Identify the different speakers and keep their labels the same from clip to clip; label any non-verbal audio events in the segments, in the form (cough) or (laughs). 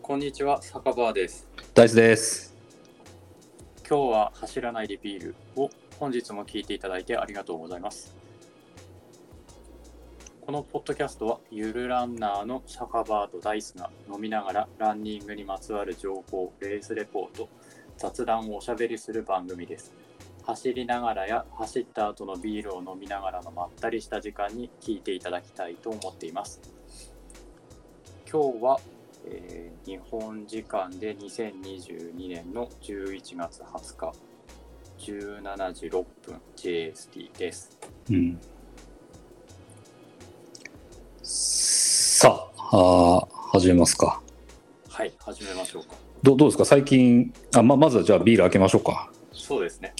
Speaker 1: こんにちは、酒場です。
Speaker 2: 大豆です。
Speaker 1: 今日は走らないでビールを本日も聞いていただいてありがとうございます。このポッドキャストはゆるランナーの酒場とダイスが飲みながらランニングにまつわる情報、レースレポート、雑談をおしゃべりする番組です。走りながらや走った後のビールを飲みながらのまったりした時間に聞いていただきたいと思っています。今日はえー日本時間で2022年の11月20日17時6分 JST です。
Speaker 2: うん。さあ、あー始めますか。
Speaker 1: はい、始めましょうか。
Speaker 2: どうどうですか最近、あままずはじゃあビール開けましょうか。
Speaker 1: そうですね。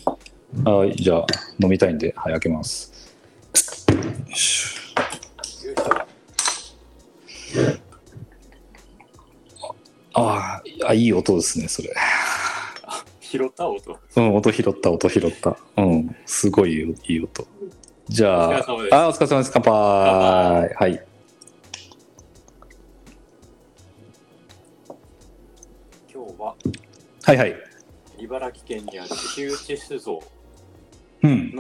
Speaker 2: はい、じゃあ飲みたいんで、はい、開けます。よしあーあ、いい音ですね、それ。
Speaker 1: 拾った音。
Speaker 2: うん、音拾った、音拾った。うん、すごいいい音。じ
Speaker 1: お
Speaker 2: ゃあ、
Speaker 1: 疲れ様です
Speaker 2: あーお疲れ様です。乾杯。はい。
Speaker 1: 今日は
Speaker 2: はいはい。
Speaker 1: 茨城県にある石内酒造
Speaker 2: うん。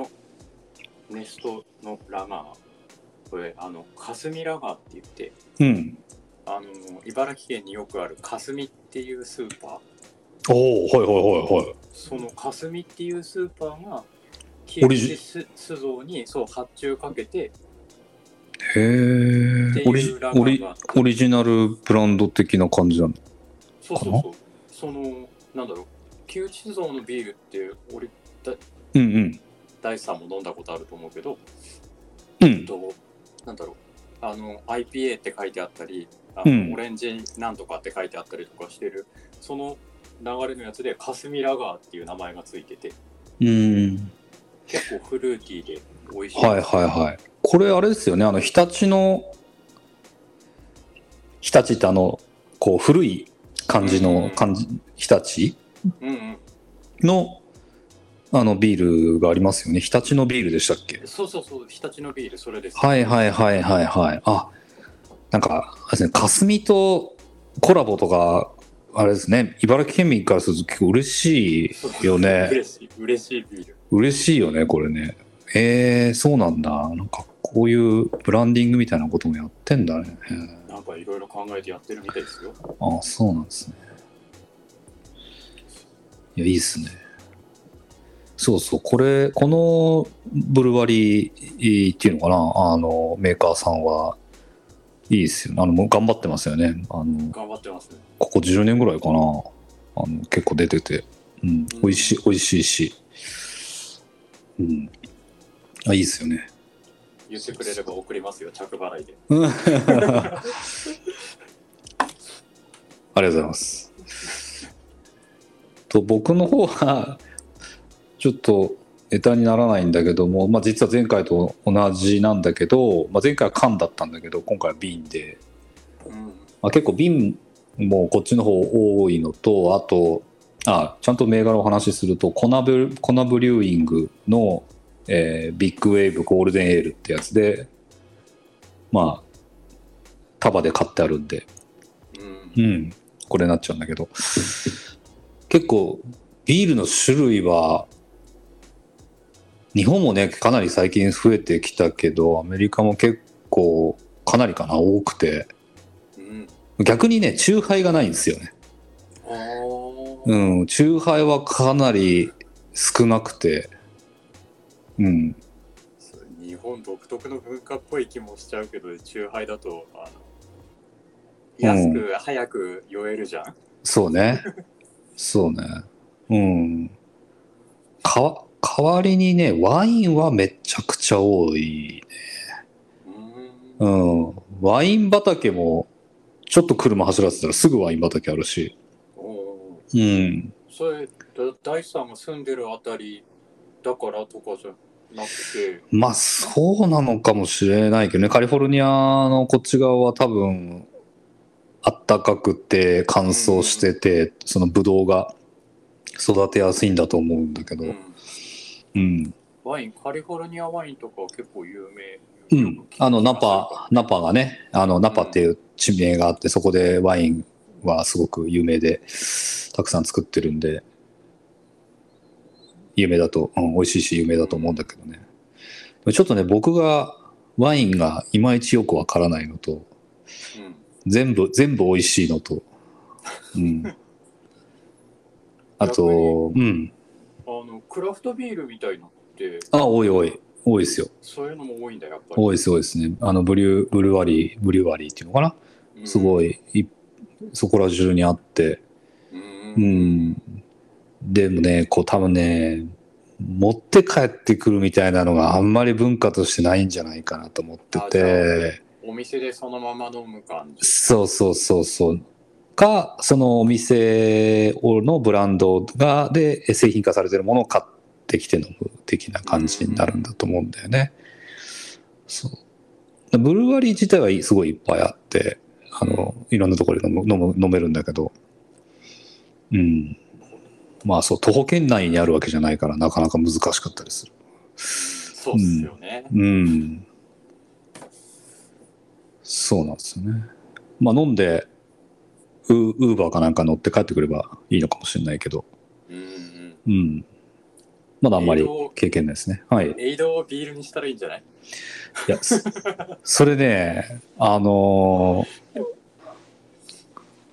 Speaker 1: ネストのラガー。これ、あの、霞ラガーって言って、
Speaker 2: うん。
Speaker 1: あの、茨城県によくある霞っていうスーパー。
Speaker 2: おおはいはいはいはい。
Speaker 1: その霞っていうスーパーが
Speaker 2: オリジ
Speaker 1: 木内酒造にそう発注かけて
Speaker 2: へえ。オリ
Speaker 1: っ
Speaker 2: ジ
Speaker 1: ていうラガーが
Speaker 2: オリオリジナルブランド的な感じなんだ。
Speaker 1: そうそうそうそのなんだろう木内酒造のビールって俺
Speaker 2: うんうん。
Speaker 1: 大地さんも飲んだことあると思うけど、
Speaker 2: うん。
Speaker 1: どうなんだろうあの IPA って書いてあったりあの、
Speaker 2: うん
Speaker 1: オレンジなんとかって書いてあったりとかしてるその流れのやつで霞ラガーっていう名前がついてて
Speaker 2: うん。
Speaker 1: 結構フルーティーで美味しい、
Speaker 2: はいはいはい。これあれですよね。あの日立の日立ってあのこう古い感じ
Speaker 1: うんうん
Speaker 2: の感じ日立
Speaker 1: うんうん、
Speaker 2: のあのビールがありますよね。日立のビールでしたっけ？
Speaker 1: そうそうそう日立のビールそれです
Speaker 2: はいはいはいはいはい。あ、なんか、あれですね、霞とコラボとか、あれですね、茨城県民からすると結構嬉しいよね。
Speaker 1: 嬉しい嬉しいビール
Speaker 2: 嬉しいよね、これね。えー、そうなんだ。なんかこういうブランディングみたいなこともやってんだね。
Speaker 1: なんかいろいろ考えてやってるみたいですよ。
Speaker 2: あ、そうなんですね。いや、いいですね。そうそう、これ、このブルワリーっていうのかな、あの、メーカーさんは、いいですよね。あの、もう頑張ってますよね。あの、
Speaker 1: 頑張ってますね。
Speaker 2: ここ10年ぐらいかな、あの、結構出てて、うん、美味しい、美味しいし、うん。あ、いいですよね。
Speaker 1: 言ってくれれば送りますよ、着払いで。
Speaker 2: うんありがとうございます。と僕の方はちょっとネタにならないんだけども、まあ、実は前回と同じなんだけど、まあ、前回は缶だったんだけど今回は瓶で、
Speaker 1: うん。
Speaker 2: まあ、結構瓶もこっちの方多いのとあとあちゃんと銘柄をお話しするとコナブコナブリューイングの、えービッグウェーブゴールデンエールってやつでまあ束で買ってあるんで、
Speaker 1: うん
Speaker 2: う。ん、これになっちゃうんだけど結構ビールの種類は日本もねかなり最近増えてきたけどアメリカも結構かなりかな多くて
Speaker 1: うん。
Speaker 2: 逆にね酎ハイがないんですよね
Speaker 1: ああ。
Speaker 2: うん、チューハイはかなり少なくて、うん、
Speaker 1: 日本独特の文化っぽい気もしちゃうけど、チューハイだと、あの、安く早く酔えるじゃん。
Speaker 2: そうね。そうね。うん。かわ、代わりにね、ワインはめちゃくちゃ多い。
Speaker 1: うん。
Speaker 2: うん。ワイン畑も、ちょっと車走らせたらすぐワイン畑あるし。
Speaker 1: おー
Speaker 2: うん。
Speaker 1: それ、だ大地さんが住んでるあたりだからとかじゃなくて、
Speaker 2: まあ、そうなのかもしれないけどね。カリフォルニアのこっち側は多分、あったかくて乾燥してて、そのブドウが育てやすいんだと思うんだけど、
Speaker 1: う
Speaker 2: うん、
Speaker 1: ん、
Speaker 2: うん、
Speaker 1: ワイン、カリフォルニアワインとかは結構有名。よく聞きます
Speaker 2: あのナパ、ナパがね、あのナパっていう地名があって、そこでワインはすごく有名で、たくさん作ってるんで、有名だと、うん、美味しいし有名だと思うんだけどね。でもちょっとね、僕がワインがいまいちよくわからないのと、
Speaker 1: うん
Speaker 2: 全部、全部美味しいのと、うん。あと、うん。
Speaker 1: あのクラフトビールみたいのって
Speaker 2: あ、多い多い。多いですよ。
Speaker 1: そういうのも多いんだやっぱり
Speaker 2: 多いです、多いですね。あの、ブリュー、ブルワリー、ブリュワリーっていうのかなすご
Speaker 1: い、
Speaker 2: い、いそこら中にあって、
Speaker 1: う
Speaker 2: うんん。でもね、こう多分ね、持って帰ってくるみたいなのがあんまり文化としてないんじゃないかなと思って
Speaker 1: あじゃ
Speaker 2: て、
Speaker 1: お店でそのまま飲む感じ
Speaker 2: そうそうそうそう。か、そのお店のブランドが、で、製品化されてるものを買ってきて飲む的な感じになるんだと思うんだよね。そう。ブルワリー自体はすごいいっぱいあって、あの、いろんなところで飲む飲む飲めるんだけど、うん。まあそう、徒歩圏内にあるわけじゃないから、なかなか難しかったりする。
Speaker 1: そうっすよね、
Speaker 2: うん。そうなんですよね。まあ飲んで、ウウーバーかなんか乗って帰ってくればいいのかもしれないけど、
Speaker 1: うんうん
Speaker 2: うん。まだあんま
Speaker 1: え
Speaker 2: り
Speaker 1: ーと
Speaker 2: 経験ないですね。はい。い
Speaker 1: エイドをビールにしたらいいんじゃない
Speaker 2: や、そ (laughs) それね、あのー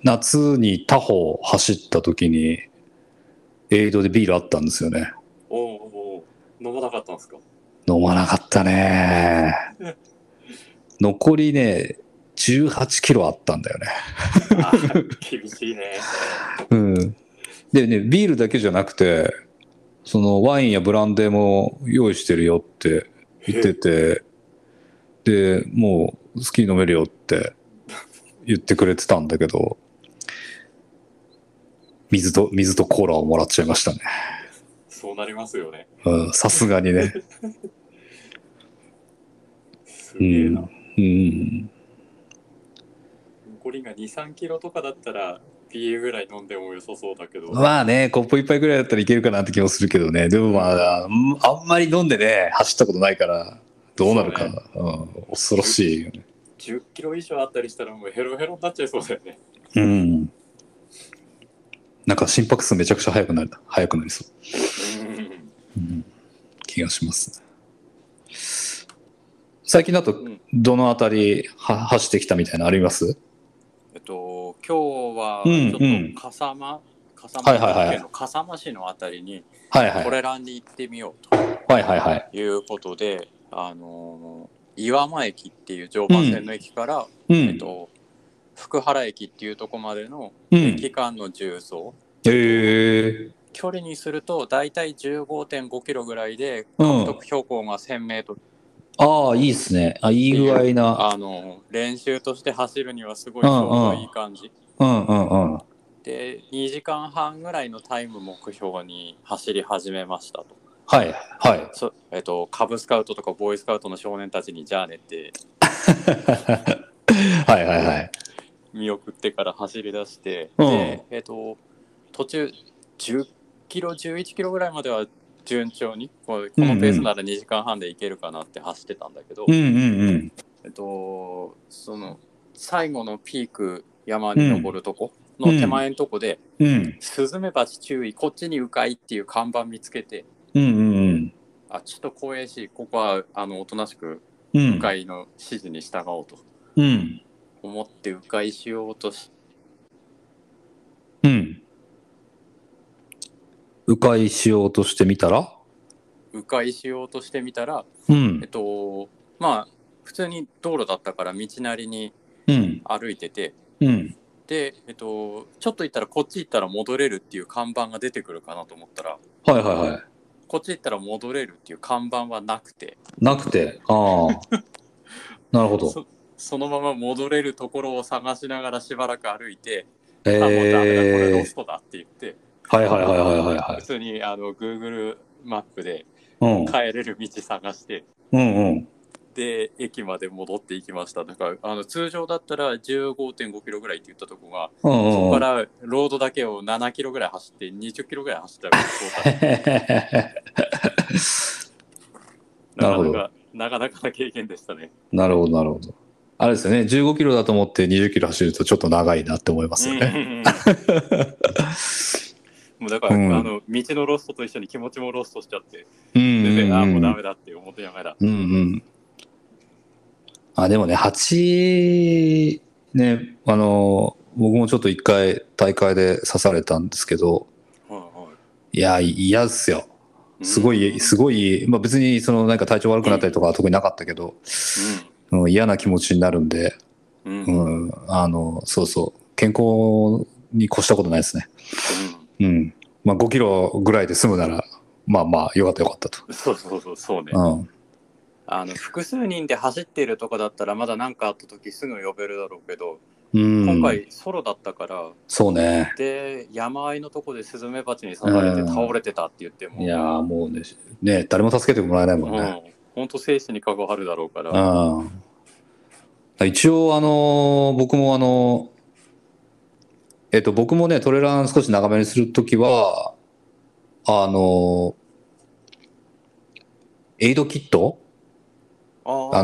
Speaker 2: 夏に他方走った時に、エイドでビールあったんですよね。
Speaker 1: おうおう飲まなかったんです
Speaker 2: (laughs)
Speaker 1: か
Speaker 2: 飲まなかったね。残りね、18キロあったんだよね。
Speaker 1: あ厳しいね
Speaker 2: うん。でね、ビールだけじゃなくて、そのワインやブランデーも用意してるよって言ってて、で、もう好きに飲めるよって言ってくれてたんだけど、水と、水とコーラをもらっちゃいましたね。
Speaker 1: そうなりますよね
Speaker 2: うんさすがにね。
Speaker 1: すげえな、
Speaker 2: うんうん。
Speaker 1: 残りが23キロとかだったらビールぐらい飲んでも良さそうだけど、
Speaker 2: まあね、コップ一杯ぐらいだったらいけるかなって気もするけどね。でもまあ、うんあんまり飲んでね、走ったことないから、どうなるか、
Speaker 1: そう
Speaker 2: うん、恐ろしいよね。
Speaker 1: 10キロ以上あったりしたらもうヘロヘロになっちゃいそうだよね
Speaker 2: うん。なんか心拍数めちゃくちゃ速くなる、速くなりそう。
Speaker 1: うん
Speaker 2: うん、気がしますね。最近だと
Speaker 1: うん、
Speaker 2: どのあたりは走ってきたみたいなのあります
Speaker 1: えっと今日は
Speaker 2: うん
Speaker 1: ちょ
Speaker 2: うん
Speaker 1: っと笠間、笠
Speaker 2: はいはいはい
Speaker 1: 間県の笠間市のあたりに
Speaker 2: はいはい。
Speaker 1: これらに行ってみようと
Speaker 2: はいはいはい。
Speaker 1: いうことで、あのー岩間駅っていう常磐線の駅から、
Speaker 2: う
Speaker 1: えっ
Speaker 2: ん。
Speaker 1: と福原駅っていうとこまでの
Speaker 2: うん。
Speaker 1: 期間の重曹、
Speaker 2: へえ。
Speaker 1: 距離にすると大体15.5キロぐらいで
Speaker 2: うん。
Speaker 1: 特標高が1000メートル、
Speaker 2: ああ、いいっすね。あ、いい具合な。
Speaker 1: あの練習として走るにはすごいちょうどいい感じ、
Speaker 2: うんうんうん。
Speaker 1: で2時間半ぐらいのタイム目標に走り始めましたと
Speaker 2: はいはい。
Speaker 1: そえっとカブスカウトとかボーイスカウトの少年たちにじゃあねって
Speaker 2: はいはいはい。
Speaker 1: 見送ってから走り出して、
Speaker 2: うん
Speaker 1: でえっと途中10キロ11キロぐらいまでは順調にこうこのペースなら2時間半で行けるかなって走ってたんだけど、
Speaker 2: うんうんうん。
Speaker 1: えっと、その最後のピーク山に登るとこの手前のとこで、
Speaker 2: うん。
Speaker 1: スズメバチ注意こっちに迂回っていう看板見つけて
Speaker 2: うんうんうん。
Speaker 1: あちょっと怖いしここはあのおとなしく
Speaker 2: う
Speaker 1: 迂
Speaker 2: ん。
Speaker 1: 回の指示に従おうと
Speaker 2: うん。
Speaker 1: 思って迂回しようとし
Speaker 2: うん。迂回しようとしてみたら
Speaker 1: 迂回しようとしてみたら
Speaker 2: う
Speaker 1: えっ
Speaker 2: ん。
Speaker 1: とまあ普通に道路だったから道なりに
Speaker 2: うん。
Speaker 1: 歩いてて
Speaker 2: うん。
Speaker 1: で、えっと、ちょっと行ったらこっち行ったら戻れるっていう看板が出てくるかなと思ったら
Speaker 2: はいはいは
Speaker 1: こっち行ったら戻れるっていう看板はなくて
Speaker 2: い。なくて。
Speaker 1: (laughs)
Speaker 2: ああ。なるほど。
Speaker 1: そそのまま戻れるところを探しながらしばらく歩いて、
Speaker 2: え
Speaker 1: あもうダメだこれロ
Speaker 2: え
Speaker 1: ストだって言って
Speaker 2: ー。はいはいはいはいはいは
Speaker 1: 普通にあの Google マップで
Speaker 2: い。
Speaker 1: 帰れる道探して
Speaker 2: うん。うんうん。
Speaker 1: で駅まで戻っていきましただからあの通常だったら15.5キロぐらいって言ったとこが、
Speaker 2: うん
Speaker 1: そこ
Speaker 2: う
Speaker 1: か
Speaker 2: んうん。
Speaker 1: らロードだけを7キロぐらい走って20キロぐらい走ったら
Speaker 2: なるほ
Speaker 1: なか
Speaker 2: ど (laughs)
Speaker 1: なかなかなかな経験でしたね
Speaker 2: なるほどなるほど。あれですよね、15キロだと思って20キロ走るとちょっと長いなって思いますよね。
Speaker 1: うんうんうんもうだから、
Speaker 2: うん
Speaker 1: あの道のロストと一緒に気持ちもロストしちゃって
Speaker 2: うん
Speaker 1: 全
Speaker 2: うん
Speaker 1: 然ああもう
Speaker 2: う
Speaker 1: ダ
Speaker 2: ん。
Speaker 1: メだって思ってながら
Speaker 2: うんうん。あ、でもね、蜂、ね、あの、僕もちょっと一回大会で刺されたんですけど、
Speaker 1: はいはい
Speaker 2: や、嫌っすよ。
Speaker 1: い
Speaker 2: すごい、すごい、まあ別にそのなんか体調悪くなったりとかは特 (laughs) になかったけど、うん、嫌な気持ちになるんで、
Speaker 1: うんうんう
Speaker 2: うんん、あの、そうそう、健康に越したことないですね。うん。まあ5キロぐらいで済むなら、まあまあ、よかったよかったと。
Speaker 1: そうそうそうそうね
Speaker 2: うん。
Speaker 1: あの複数人で走ってるとかだったらまだ何かあった時すぐ呼べるだろうけど、
Speaker 2: うん、
Speaker 1: 今回ソロだったから
Speaker 2: そうね
Speaker 1: で山あいのとこでスズメバチに刺されて
Speaker 2: うん
Speaker 1: 倒れてたって言っても
Speaker 2: いやーもうねね誰も助けてもらえないもんね、
Speaker 1: うん本当生死に関わるだろうか
Speaker 2: う
Speaker 1: ら
Speaker 2: ん、だから一応あのー僕もあのーえっと僕もねトレラン少し長めにするときはあのーエイドキット
Speaker 1: あ
Speaker 2: あのー
Speaker 1: あ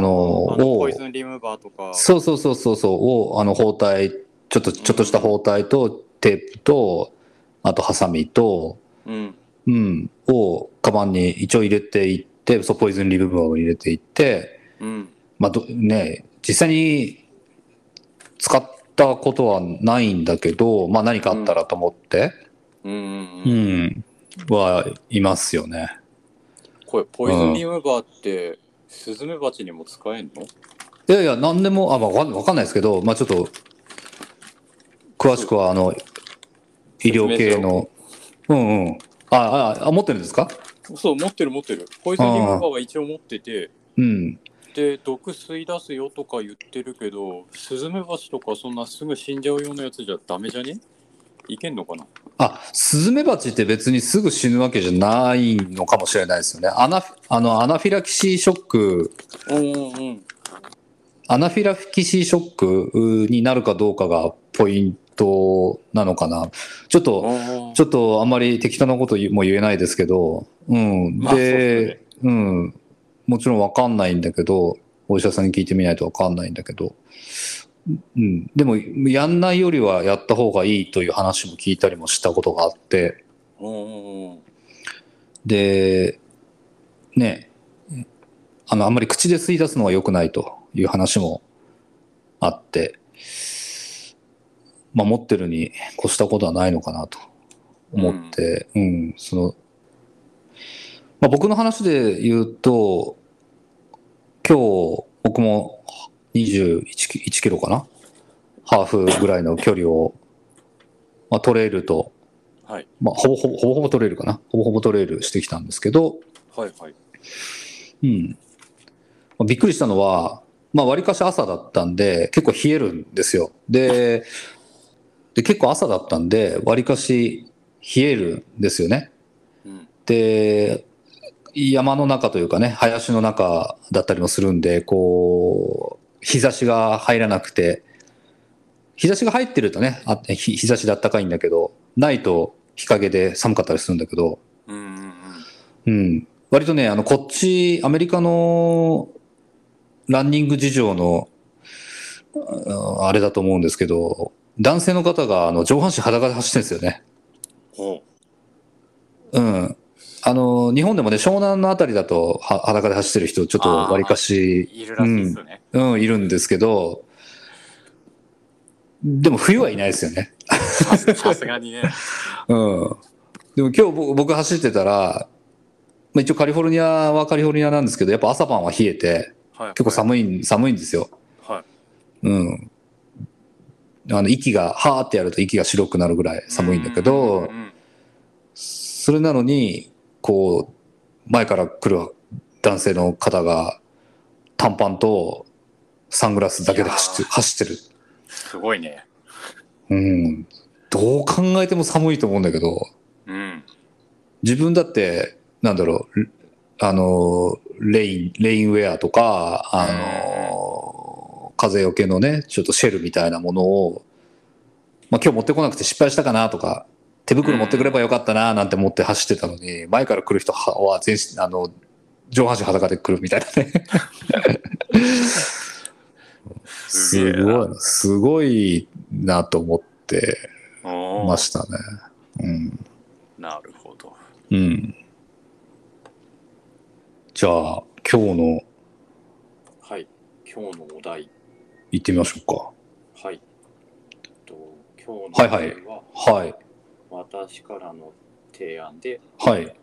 Speaker 1: の
Speaker 2: を
Speaker 1: ポイズンリムーバーとか
Speaker 2: そうそうそうそうそうをあの包帯ちょっとちょっとした包帯とテープとあとハサミと
Speaker 1: うん
Speaker 2: うん、をカバンに一応入れていってそうポイズンリムーバーを入れていって、
Speaker 1: うん
Speaker 2: まあどね、実際に使ったことはないんだけど、まあ、何かあったらと思って、
Speaker 1: うんうん
Speaker 2: う
Speaker 1: うん
Speaker 2: んはいますよね。
Speaker 1: これポイズンリムーバーってスズメバチにも使えんの
Speaker 2: いやいや何でもあ、まあ、わかんわかんないですけど、まあ、ちょっと詳しくはあの医療系の。うんうん、あああ持ってるんですか、
Speaker 1: そう持ってる持ってるポイズンリムーバーは一応持ってて
Speaker 2: うん、
Speaker 1: で毒吸い出すよとか言ってるけどスズメバチとかそんなすぐ死んじゃうようなやつじゃダメじゃねいけんのかな
Speaker 2: あスズメバチって別にすぐ死ぬわけじゃないのかもしれないですよね。アナフあのアナフィラキシーショック
Speaker 1: うんうんうん
Speaker 2: アナフィラキシーショックうーになるかどうかがポイントなのかな。ちょっと
Speaker 1: あ
Speaker 2: ちょっとあんまり適当なこと言うも言えないですけど、うん、
Speaker 1: まあ
Speaker 2: で、うん、もちろんわかんないんだけど、お医者さんに聞いてみないとわかんないんだけど、うん、でもやんないよりはやった方がいいという話も聞いたりもしたことがあって。
Speaker 1: うん
Speaker 2: で、ね、あの、あんまり口で吸い出すのは良くないという話もあって、まあ、持ってるに越したことはないのかなと思って、うん、その、まあ、僕の話で言うと、今日、僕も21キ1キロかなハーフぐらいの距離を、まあ、トレイルと
Speaker 1: はい
Speaker 2: まあ、ほぼほぼほぼほぼトレイルかな。ほぼほぼトレイルしてきたんですけど、
Speaker 1: はいはい
Speaker 2: うん。まあびっくりしたのは、まあ、割かし朝だったんで、結構冷えるんですよ。で、で結構朝だったんで、割かし冷えるんですよね。
Speaker 1: うん
Speaker 2: で、山の中というかね、林の中だったりもするんで、こう、日差しが入らなくて、日差しが入ってるとね、あ日日差しで暖かいんだけど、ないと日陰で寒かったりするんだけど、
Speaker 1: うんうんうん
Speaker 2: うん、割とね、あのこっち、アメリカのランニング事情のああれだと思うんですけど、男性の方があの上半身裸で走ってるんですよね。
Speaker 1: ほ
Speaker 2: うん、あの日本でもね、湘南のあたりだとは裸で走ってる人、ちょっとわりか
Speaker 1: う
Speaker 2: し、
Speaker 1: いるらしいっすね、
Speaker 2: うん、いるんですけど、でも冬はいないですよね。
Speaker 1: さすさすが
Speaker 2: (laughs)
Speaker 1: にね
Speaker 2: うん。でも今日僕僕走ってたら、まあ、一応カリフォルニアはカリフォルニアなんですけど、やっぱ朝晩は冷えて、
Speaker 1: はい
Speaker 2: 結構寒いん、寒いんですよ。
Speaker 1: はい
Speaker 2: うん。あの、息が、はーってやると息が白くなるぐらい寒いんだけど、
Speaker 1: うんうんうん
Speaker 2: それなのに、こう、前から来る男性の方が、短パンとサングラスだけで走って
Speaker 1: いや
Speaker 2: 走ってる。
Speaker 1: すごいね
Speaker 2: うん。どう考えても寒いと思うんだけど、
Speaker 1: うん
Speaker 2: 自分だって、なんだろう、あの、レイン、レインウェアとか、あの、風よけのね、ちょっとシェルみたいなものを、まあ今日持ってこなくて失敗したかなとか、手袋持ってくればよかったななんて思って走ってたのに、前から来る人は全身、あの、上半身裸で来るみたいなね。すごい、すごいなと思って
Speaker 3: お
Speaker 2: ま
Speaker 3: ー
Speaker 2: したね。うん。
Speaker 3: なるほど。
Speaker 2: うん。じゃあ、今日の
Speaker 1: はい。今日のお題。
Speaker 2: 行ってみましょうか。
Speaker 1: はい。えっと、今日
Speaker 2: は
Speaker 1: のお
Speaker 2: いはい
Speaker 1: 題は、
Speaker 2: はい。
Speaker 1: 私からの提案で、
Speaker 2: はい。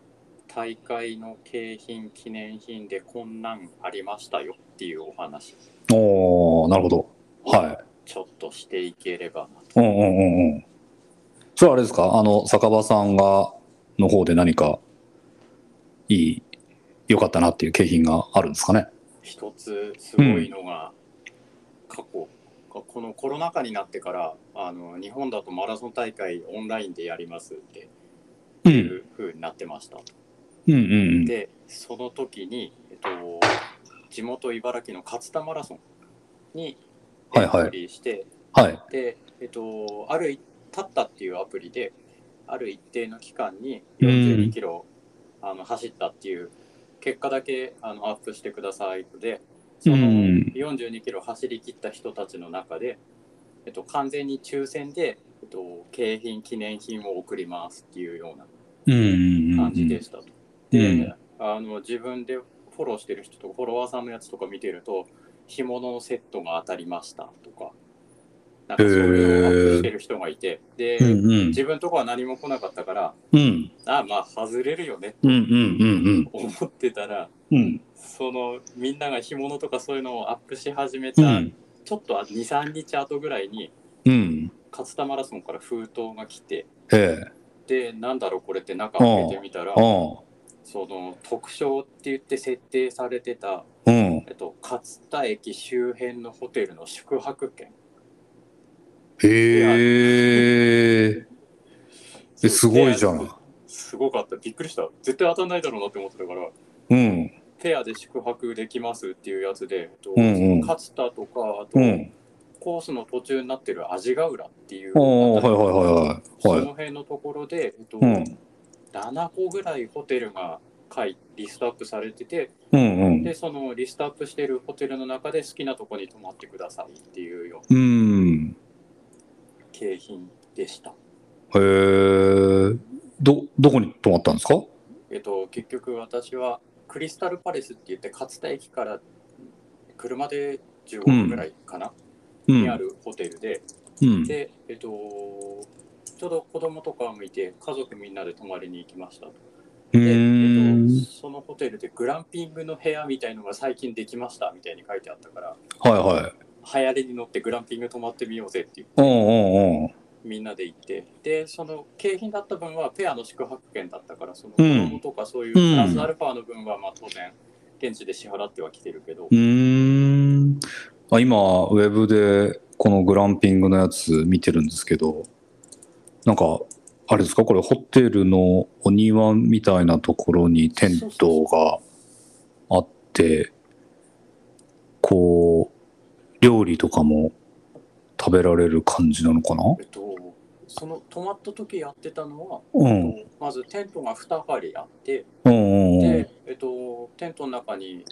Speaker 1: 大会の景品、記念品でこんなんありましたよっていうお話、
Speaker 2: おー、なるほど。はい。
Speaker 1: ちょっとしていければなと。
Speaker 2: うんうんうんうん。それはあれですかあの、酒場さんが、の方で何か、いい、良かったなっていう景品があるんですかね
Speaker 1: 一つすごいのが、過去、このコロナ禍になってからあの、日本だとマラソン大会オンラインでやりますって
Speaker 2: う
Speaker 1: い
Speaker 2: ん。
Speaker 1: う風になってました。
Speaker 2: うんうんうん。
Speaker 1: で、その時に、えっと、地元茨城の勝田マラソンにエントリーして、
Speaker 2: はい。
Speaker 1: で、えっと、あるい立ったっていうアプリで、ある一定の期間に
Speaker 2: うん
Speaker 1: 42キロ、あの走ったっていう結果だけあのアップしてくださいので、その
Speaker 2: うん
Speaker 1: 42キロ走り切った人たちの中で、えっと、完全に抽選で、えっと、景品、記念品を送りますっていうような
Speaker 2: うんうんうん。
Speaker 1: 感じでしたと。
Speaker 2: うん
Speaker 1: で、あの自分でフォローしてる人とか、フォロワーさんのやつとか見てると、干物のセットが当たりましたとか、なんかそういうのをアップしてる人がいて、で、
Speaker 2: うんうん。
Speaker 1: 自分とこは何も来なかったから、
Speaker 2: うん。
Speaker 1: あまあ、外れるよねって
Speaker 2: うんうんうん
Speaker 1: 思ってたら、
Speaker 2: うん。うん。
Speaker 1: そのみんなが干物とかそういうのをアップし始め
Speaker 2: う
Speaker 1: た、
Speaker 2: ん。
Speaker 1: ちょっと2、3日後ぐらいに、
Speaker 2: うん。
Speaker 1: 勝田マラソンから封筒が来て、
Speaker 2: ええ。
Speaker 1: で、なんだろう、これって中開けてみたら、
Speaker 2: う
Speaker 1: その特徴って言って設定されてた、
Speaker 2: ん。うん。
Speaker 1: えっと、勝田駅周辺のホテルの宿泊券
Speaker 2: へえ。え、すごいじゃ
Speaker 1: ペ
Speaker 2: ん。
Speaker 1: アすごかったびっくりした絶対当たんないだろうなって思ってたから
Speaker 2: うん。
Speaker 1: ペアで宿泊できますっていうやつで、えっと
Speaker 2: うんうん
Speaker 1: 勝田とかあと、
Speaker 2: うん。
Speaker 1: コースの途中になってる味ヶ浦っていう
Speaker 2: ああ、はいはい
Speaker 1: そ
Speaker 2: はいはい。
Speaker 1: の
Speaker 2: はい。
Speaker 1: 辺のところで、えっと
Speaker 2: うん。
Speaker 1: 7個ぐらいホテルが書いリストアップされてて
Speaker 2: うんうん。
Speaker 1: でそのリストアップしてるホテルの中で好きなとこに泊まってくださいっていうような
Speaker 2: うん。
Speaker 1: 景品でした。
Speaker 2: へえ。ど、どこに泊まったんですか
Speaker 1: えっと、結局私はクリスタルパレスって言って勝田駅から車で15分ぐらいかな、
Speaker 2: う
Speaker 1: にあ
Speaker 2: ん。
Speaker 1: るホテルで、
Speaker 2: うん。
Speaker 1: で、えっと、ちょうど子供とかもいて家族みんなで泊まりに行きましたと。
Speaker 2: う
Speaker 1: で、えっ
Speaker 2: ん
Speaker 1: と、。そのホテルでグランピングの部屋みたいのが最近できましたみたいに書いてあったから
Speaker 2: はいはい。
Speaker 1: 流行りに乗ってグランピング泊まってみようぜっていう
Speaker 2: うんうんうん。
Speaker 1: みんなで行ってでその景品だった分はペアの宿泊券だったからその子
Speaker 2: うん
Speaker 1: 供とかそういう
Speaker 2: うん
Speaker 1: プラスアルファの分はまあ当然現地で支払ってはきてるけど、
Speaker 2: うーんあ今ウェブでこのグランピングのやつ見てるんですけどなんかあれですかこれホテルのお庭みたいなところにテントがあってこう料理とかも食べられる感じなのかな
Speaker 1: えっと、その泊まった時やってたのは、
Speaker 2: うん
Speaker 1: まずテントが2張あって、
Speaker 2: うんうんうん
Speaker 1: で、えっと、テントの中に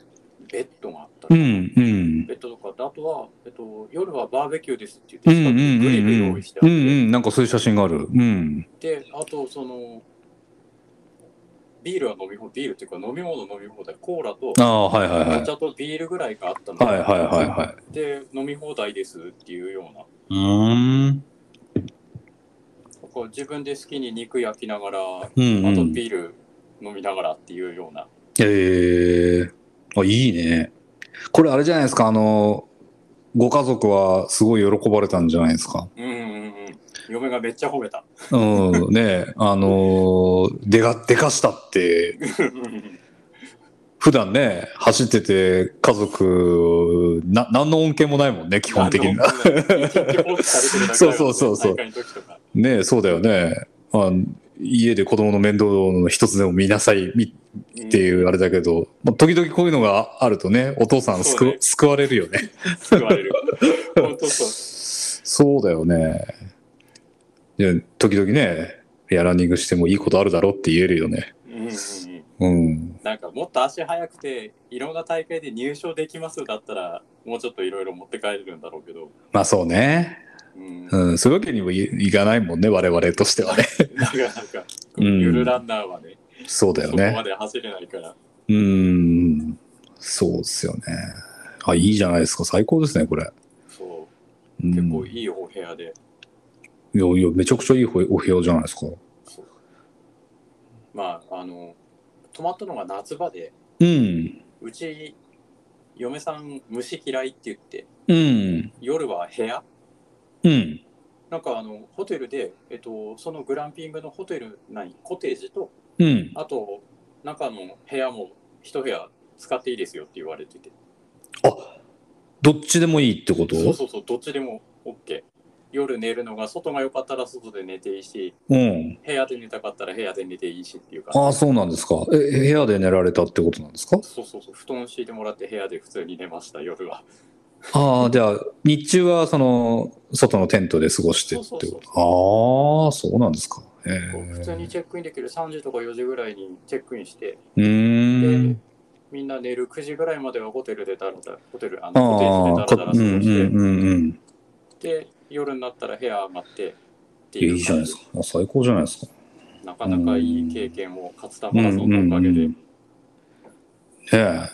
Speaker 1: ベッドがあった
Speaker 2: う
Speaker 1: り、
Speaker 2: んうん
Speaker 1: ベッドとかあってあとは、えっと、夜はバーベキューですって
Speaker 2: う
Speaker 1: 言って
Speaker 2: んう
Speaker 1: 近く
Speaker 2: んう
Speaker 1: にグリル
Speaker 2: ん
Speaker 1: 用意してあ
Speaker 2: う
Speaker 1: っ
Speaker 2: ん
Speaker 1: て、
Speaker 2: うんなんかそういう写真があるうん
Speaker 1: であとそのビールは飲み放ビールっていうか飲み物飲み放題コーラと
Speaker 2: ああはいはいはい
Speaker 1: お茶とビールぐらいがあったので,、
Speaker 2: はいはいはいはい
Speaker 1: で飲み放題ですっていうような
Speaker 2: うーん
Speaker 1: ここ自分で好きに肉焼きながらあ
Speaker 2: うんう
Speaker 1: と
Speaker 2: ん
Speaker 1: ビール飲みながらっていうような、
Speaker 2: ええあ、いいね。これあれじゃないですか、あの、ご家族はすごい喜ばれたんじゃないですか。
Speaker 1: うんうんうん嫁がめっちゃ褒めた
Speaker 2: うん、ねえあのー、でが、でかしたって、普段ね、走ってて家族、な、何の恩恵もないもんね、基本的に。
Speaker 1: あの一日放置されてるだけだよね
Speaker 2: そうそうそうそう
Speaker 1: 大会の時とか
Speaker 2: ねえそうだよね。あ家で子供の面倒の一つでも見なさい、みっていうあれだけど、まあ、時々こういうのがあるとね、お父さん
Speaker 1: そう
Speaker 2: 救
Speaker 1: ね
Speaker 2: 救われるよね。
Speaker 1: 救われる本当そう
Speaker 2: そうだよね。で時々ね、いや、ランニングしてもいいことあるだろうって言えるよね。
Speaker 1: うんうんうん
Speaker 2: うん。
Speaker 1: なんかもっと足速くていろんな大会で入賞できますだったらもうちょっといろいろ持って帰れるんだろうけど、
Speaker 2: まあそうね。
Speaker 1: うん、なんか
Speaker 2: うん。そういうわけにもいいかないもんね、我々としてはね。
Speaker 1: なんか
Speaker 2: うん
Speaker 1: ゆるランナーはね、
Speaker 2: そうだよ
Speaker 1: そこま
Speaker 2: ね。
Speaker 1: で走れないから
Speaker 2: うん。そうですよね。あ、いいじゃないですか。最高ですね、これ。
Speaker 1: そううん結構いいお部屋で、
Speaker 2: いやいや、めちゃくちゃいいお部屋じゃないですか。
Speaker 1: そうまああの泊まったのが夏場で
Speaker 2: うん。
Speaker 1: うち嫁さん虫嫌いって言って
Speaker 2: うん。
Speaker 1: 夜は部屋
Speaker 2: うん。
Speaker 1: なんかあのホテルで、えっと、そのグランピングのホテル何コテージと
Speaker 2: うん。
Speaker 1: あと中の部屋も一部屋使っていいですよって言われてて
Speaker 2: どっちでもいいってこと
Speaker 1: そうそうそうどっちでも OK 夜寝るのが外が良かったら外で寝ていいし
Speaker 2: うん。
Speaker 1: 部屋で寝たかったら部屋で寝ていいしっていうか
Speaker 2: ああ、そうなんですか。え、部屋で寝られたってことなんですか
Speaker 1: そうそうそう布団敷いてもらって部屋で普通に寝ました夜は
Speaker 2: ああ、じゃあ、日中は、その、外のテントで過ごしてってこ
Speaker 1: そうそう
Speaker 2: と。ああ、そうなんですか。え
Speaker 1: こう普通に
Speaker 2: ー、
Speaker 1: チェックインできる3時とか4時ぐらいにチェックインして
Speaker 2: うー
Speaker 1: で
Speaker 2: ん。
Speaker 1: みんな寝る9時ぐらいまではホテルでだらだらホテルあ
Speaker 2: あ
Speaker 1: のホテージ
Speaker 2: あ
Speaker 1: でだらだら過
Speaker 2: ー、うんう
Speaker 1: ごして
Speaker 2: んうんうん。
Speaker 1: で夜になったら部屋上がってって
Speaker 2: い
Speaker 1: いう
Speaker 2: いじゃないですか。あ最高じゃないですか。
Speaker 1: なかなかいい経験を勝田マラソンのおかげで、
Speaker 2: うんうんうんねえ。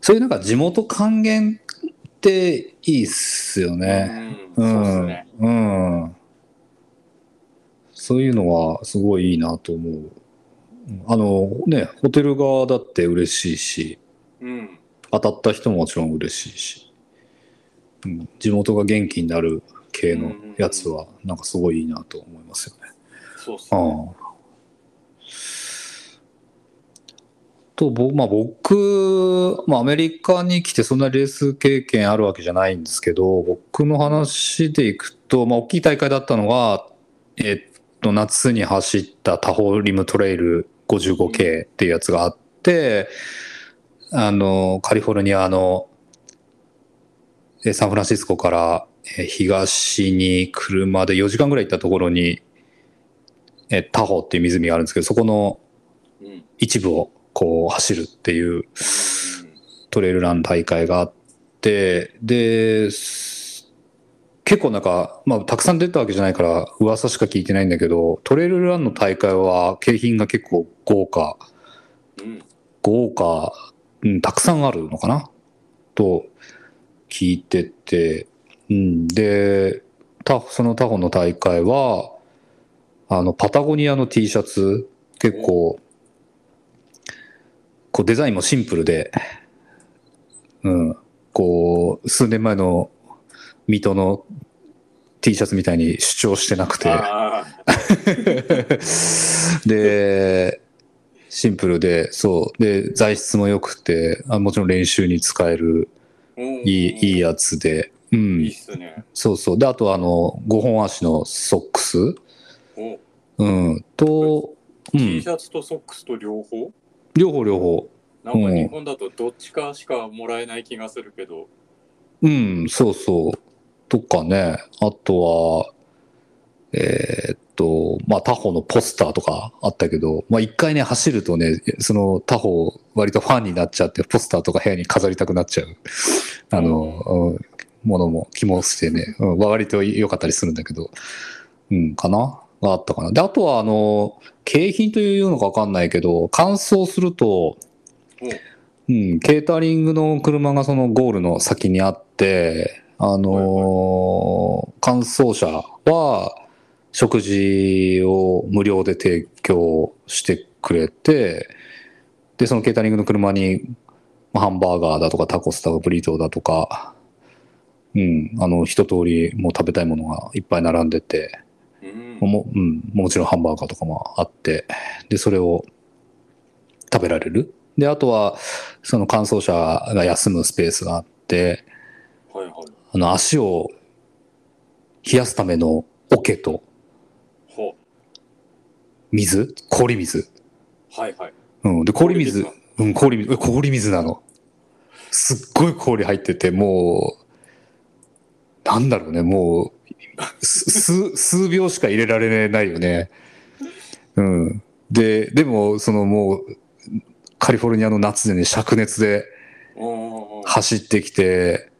Speaker 2: そういうなんか地元還元っていいっすよね。
Speaker 1: う、
Speaker 2: うんん。
Speaker 1: そうですね。
Speaker 2: うん。そういうのはすごいいいなと思う。あのね、ホテル側だって嬉しいし、
Speaker 1: うん、
Speaker 2: 当たった人ももちろん嬉しいし、うん、地元が元気になる系のやつは、なんかすごいいいなと思いますよね。
Speaker 1: そうっすね。
Speaker 2: ああ。と、ぼまあ、僕、まあ、アメリカに来てそんなレース経験あるわけじゃないんですけど、僕の話でいくと、まあ、大きい大会だったのが、えっと、夏に走ったタホリムトレイル 55K っていうやつがあって、あの、カリフォルニアの、えサンフランシスコからえ東に車で4時間ぐらい行ったところに、えータホっていう湖があるんですけど、そこの
Speaker 1: うん、うん
Speaker 2: 一部をこう走るっていうトレイルラン大会があって、で、す結構なんか、まあ、たくさん出たわけじゃないから、噂しか聞いてないんだけど、トレイルランの大会は景品が結構豪華、
Speaker 1: うん、
Speaker 2: 豪華、うん、たくさんあるのかなと聞いてて、うん、で、タそのタホの大会は、あの、パタゴニアの T シャツ、結構、こうデザインもシンプルで、うん、こう、数年前の水戸の T シャツみたいに主張してなくて、
Speaker 1: ああ、
Speaker 2: (laughs) で、シンプルで、そう。で、材質も良くてあ、もちろん練習に使える、
Speaker 1: うん
Speaker 2: いい、いいやつで。う
Speaker 1: いい
Speaker 2: ん
Speaker 1: っ。すね。
Speaker 2: そうそう。で、あと、あの、5本足のソックス。
Speaker 1: お、
Speaker 2: うん。と、う
Speaker 1: T
Speaker 2: ん
Speaker 1: シ。ャツとソックスと両方
Speaker 2: 両方両方。
Speaker 1: なんか
Speaker 2: うん
Speaker 1: 日本だとどっちかしかもらえない気がするけど、
Speaker 2: うん、そうそう。とかね。あとは、えーっと、まあ、他方のポスターとかあったけど、まあ、一回ね、走るとね、その他方、割とファンになっちゃって、ポスターとか部屋に飾りたくなっちゃう、あの、うんものも気もしてね、うん、割と良かったりするんだけど、うん、かながあったかな。で、あとは、あの、景品というのかわかんないけど、乾燥すると、うん、ケータリングの車がそのゴールの先にあって、あのー乾燥車は食事を無料で提供してくれて、で、そのケータリングの車にまあハンバーガーだとかタコスだとかブリトーだとか、うん、あの、一通りもう食べたいものがいっぱい並んでて、
Speaker 1: うん、
Speaker 2: も,、うん、もちろんハンバーガーとかもあってでそれを食べられるであとはその乾燥車が休むスペースがあって
Speaker 1: はいはい。
Speaker 2: あの足を冷やすための桶と
Speaker 1: ほ、
Speaker 2: 水氷水、
Speaker 1: はいはい。
Speaker 2: うん、で氷水
Speaker 1: 氷
Speaker 2: うん、氷水え氷水なのすっごい氷入っててもうなんだろうねも (laughs) うす数数秒しか入れられないよねうんで、でも、そのもう、カリフォルニアの夏でね、灼熱で
Speaker 1: おー
Speaker 2: 走ってきて、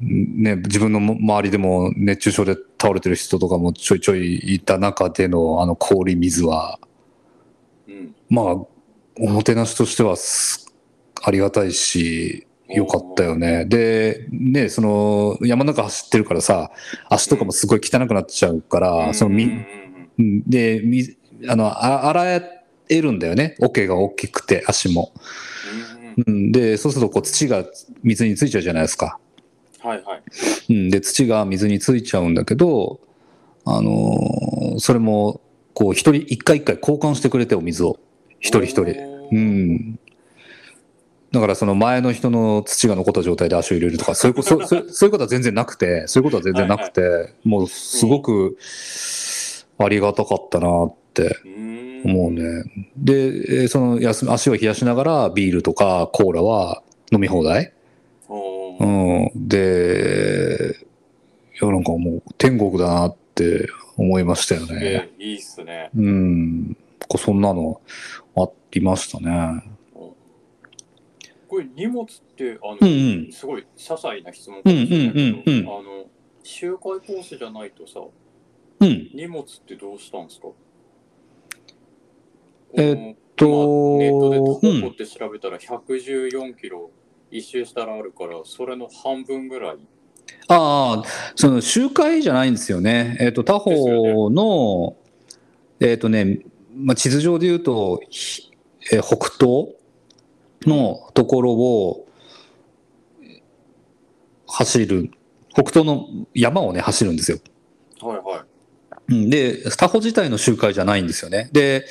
Speaker 2: ね、自分の周りでも熱中症で倒れてる人とかもちょいちょいいた中でのあの氷水は、
Speaker 1: うん。
Speaker 2: まあ、おもてなしとしてはすありがたいし、よかったよね。で、ね、その山の中走ってるからさ、足とかもすごい汚くなっちゃうから、そのみ
Speaker 1: うんうんうん
Speaker 2: うんで、みあの、あ洗えるんだよね。桶が大きくて、足も。
Speaker 1: うんうん
Speaker 2: うん、で、そうするとこう土が水についちゃうじゃないですか。
Speaker 1: はいはい。
Speaker 2: うん、で、土が水についちゃうんだけど、あのーそれも、こう、一人、一回一回交換してくれて、お水を。一人一人。
Speaker 1: お
Speaker 2: う
Speaker 1: ー。
Speaker 2: ん。だからその前の人の土が残った状態で足を入れるとか、そういう (laughs) こと、そうそうそういうことは全然なくて、そういうことは全然なくて、もうすごくありがたかったなって
Speaker 1: うん
Speaker 2: 思うね。で、えーその休み足を冷やしながらビールとかコーラは飲み放題。
Speaker 1: お
Speaker 2: う
Speaker 1: ー
Speaker 2: ん。で、いや、なんかもう天国だなって思いましたよね。
Speaker 1: えーいいっすね。
Speaker 2: うん。こうそんなのありましたね。
Speaker 1: これ荷物ってあの、
Speaker 2: うんうん
Speaker 1: すごい些細な質問かもしれないけど、
Speaker 2: うんうん
Speaker 1: あ
Speaker 2: うん
Speaker 1: の周回コースじゃないとさ
Speaker 2: うん。
Speaker 1: 荷物ってどうしたんですか
Speaker 2: え
Speaker 1: っ
Speaker 2: と
Speaker 1: ネットでタコ
Speaker 2: う
Speaker 1: コ
Speaker 2: ん
Speaker 1: って調べたら114キロ一周したらあるからそれの半分ぐらい
Speaker 2: ああ、その集会じゃないんですよね。えっ、と、他方の、えっ、とね、まあ、地図上で言うと、ひえー北東のところをえー走る、北東の山をね、走るんですよ。
Speaker 1: はいはい
Speaker 2: うんで、他方自体の集会じゃないんですよね。で、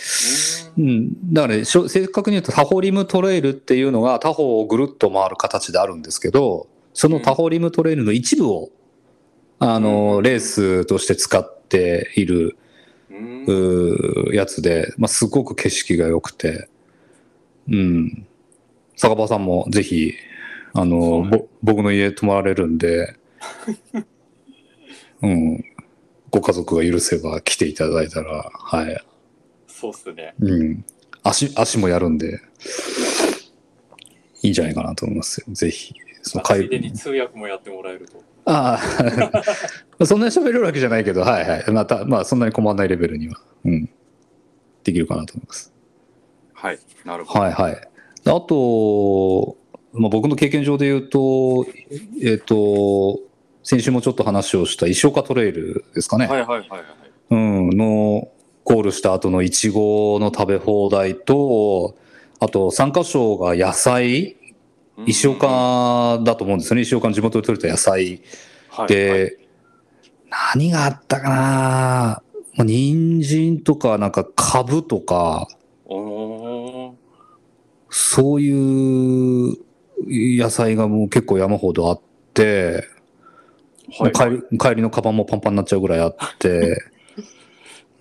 Speaker 1: う
Speaker 2: うんん、だからね、しょ正確に言うとタホリムトレイルっていうのが他方をぐるっと回る形であるんですけど、そのタホリムトレイルの一部を、あ
Speaker 1: う
Speaker 2: の、
Speaker 1: ん
Speaker 2: レースとして使っている、
Speaker 1: うん
Speaker 2: うーやつで、まあ、すごく景色が良くて、うん。坂場さんもぜひ、あ
Speaker 1: そ
Speaker 2: の、
Speaker 1: うね
Speaker 2: ぼ僕の家泊まられるん
Speaker 1: (laughs)
Speaker 2: で、うん。ご家族が許せば来ていただいたら、はい。
Speaker 1: そうっすね
Speaker 2: うん。足、足もやるんで、いいんじゃないかなと思いますよ。ぜひ。その
Speaker 1: あつい
Speaker 2: 会
Speaker 1: でに通訳もやってもらえると
Speaker 2: ああ、 (laughs) そんなに喋れるわけじゃないけど、はいはい。また、まあ、そんなに困らないレベルには、うん。できるかなと思います。
Speaker 3: はい、なるほど。
Speaker 2: はいはい。あと、まあ、僕の経験上で言うと、えっ、と、先週もちょっと話をした石岡トレイルですかね。
Speaker 3: はいはいはいはい。
Speaker 2: うん、のゴールした後のいちごの食べ放題と、あと3カ所が野菜、
Speaker 3: うん
Speaker 2: 石岡だと思うんですよね。石岡の地元で採れた野菜
Speaker 3: はいはい
Speaker 2: で、何があったかなもう人参とか、なんかカブとか、
Speaker 3: おー
Speaker 2: そういう野菜がもう結構山ほどあって、
Speaker 3: はい
Speaker 2: もう帰り帰りのカバンもパンパンになっちゃうぐらいあって、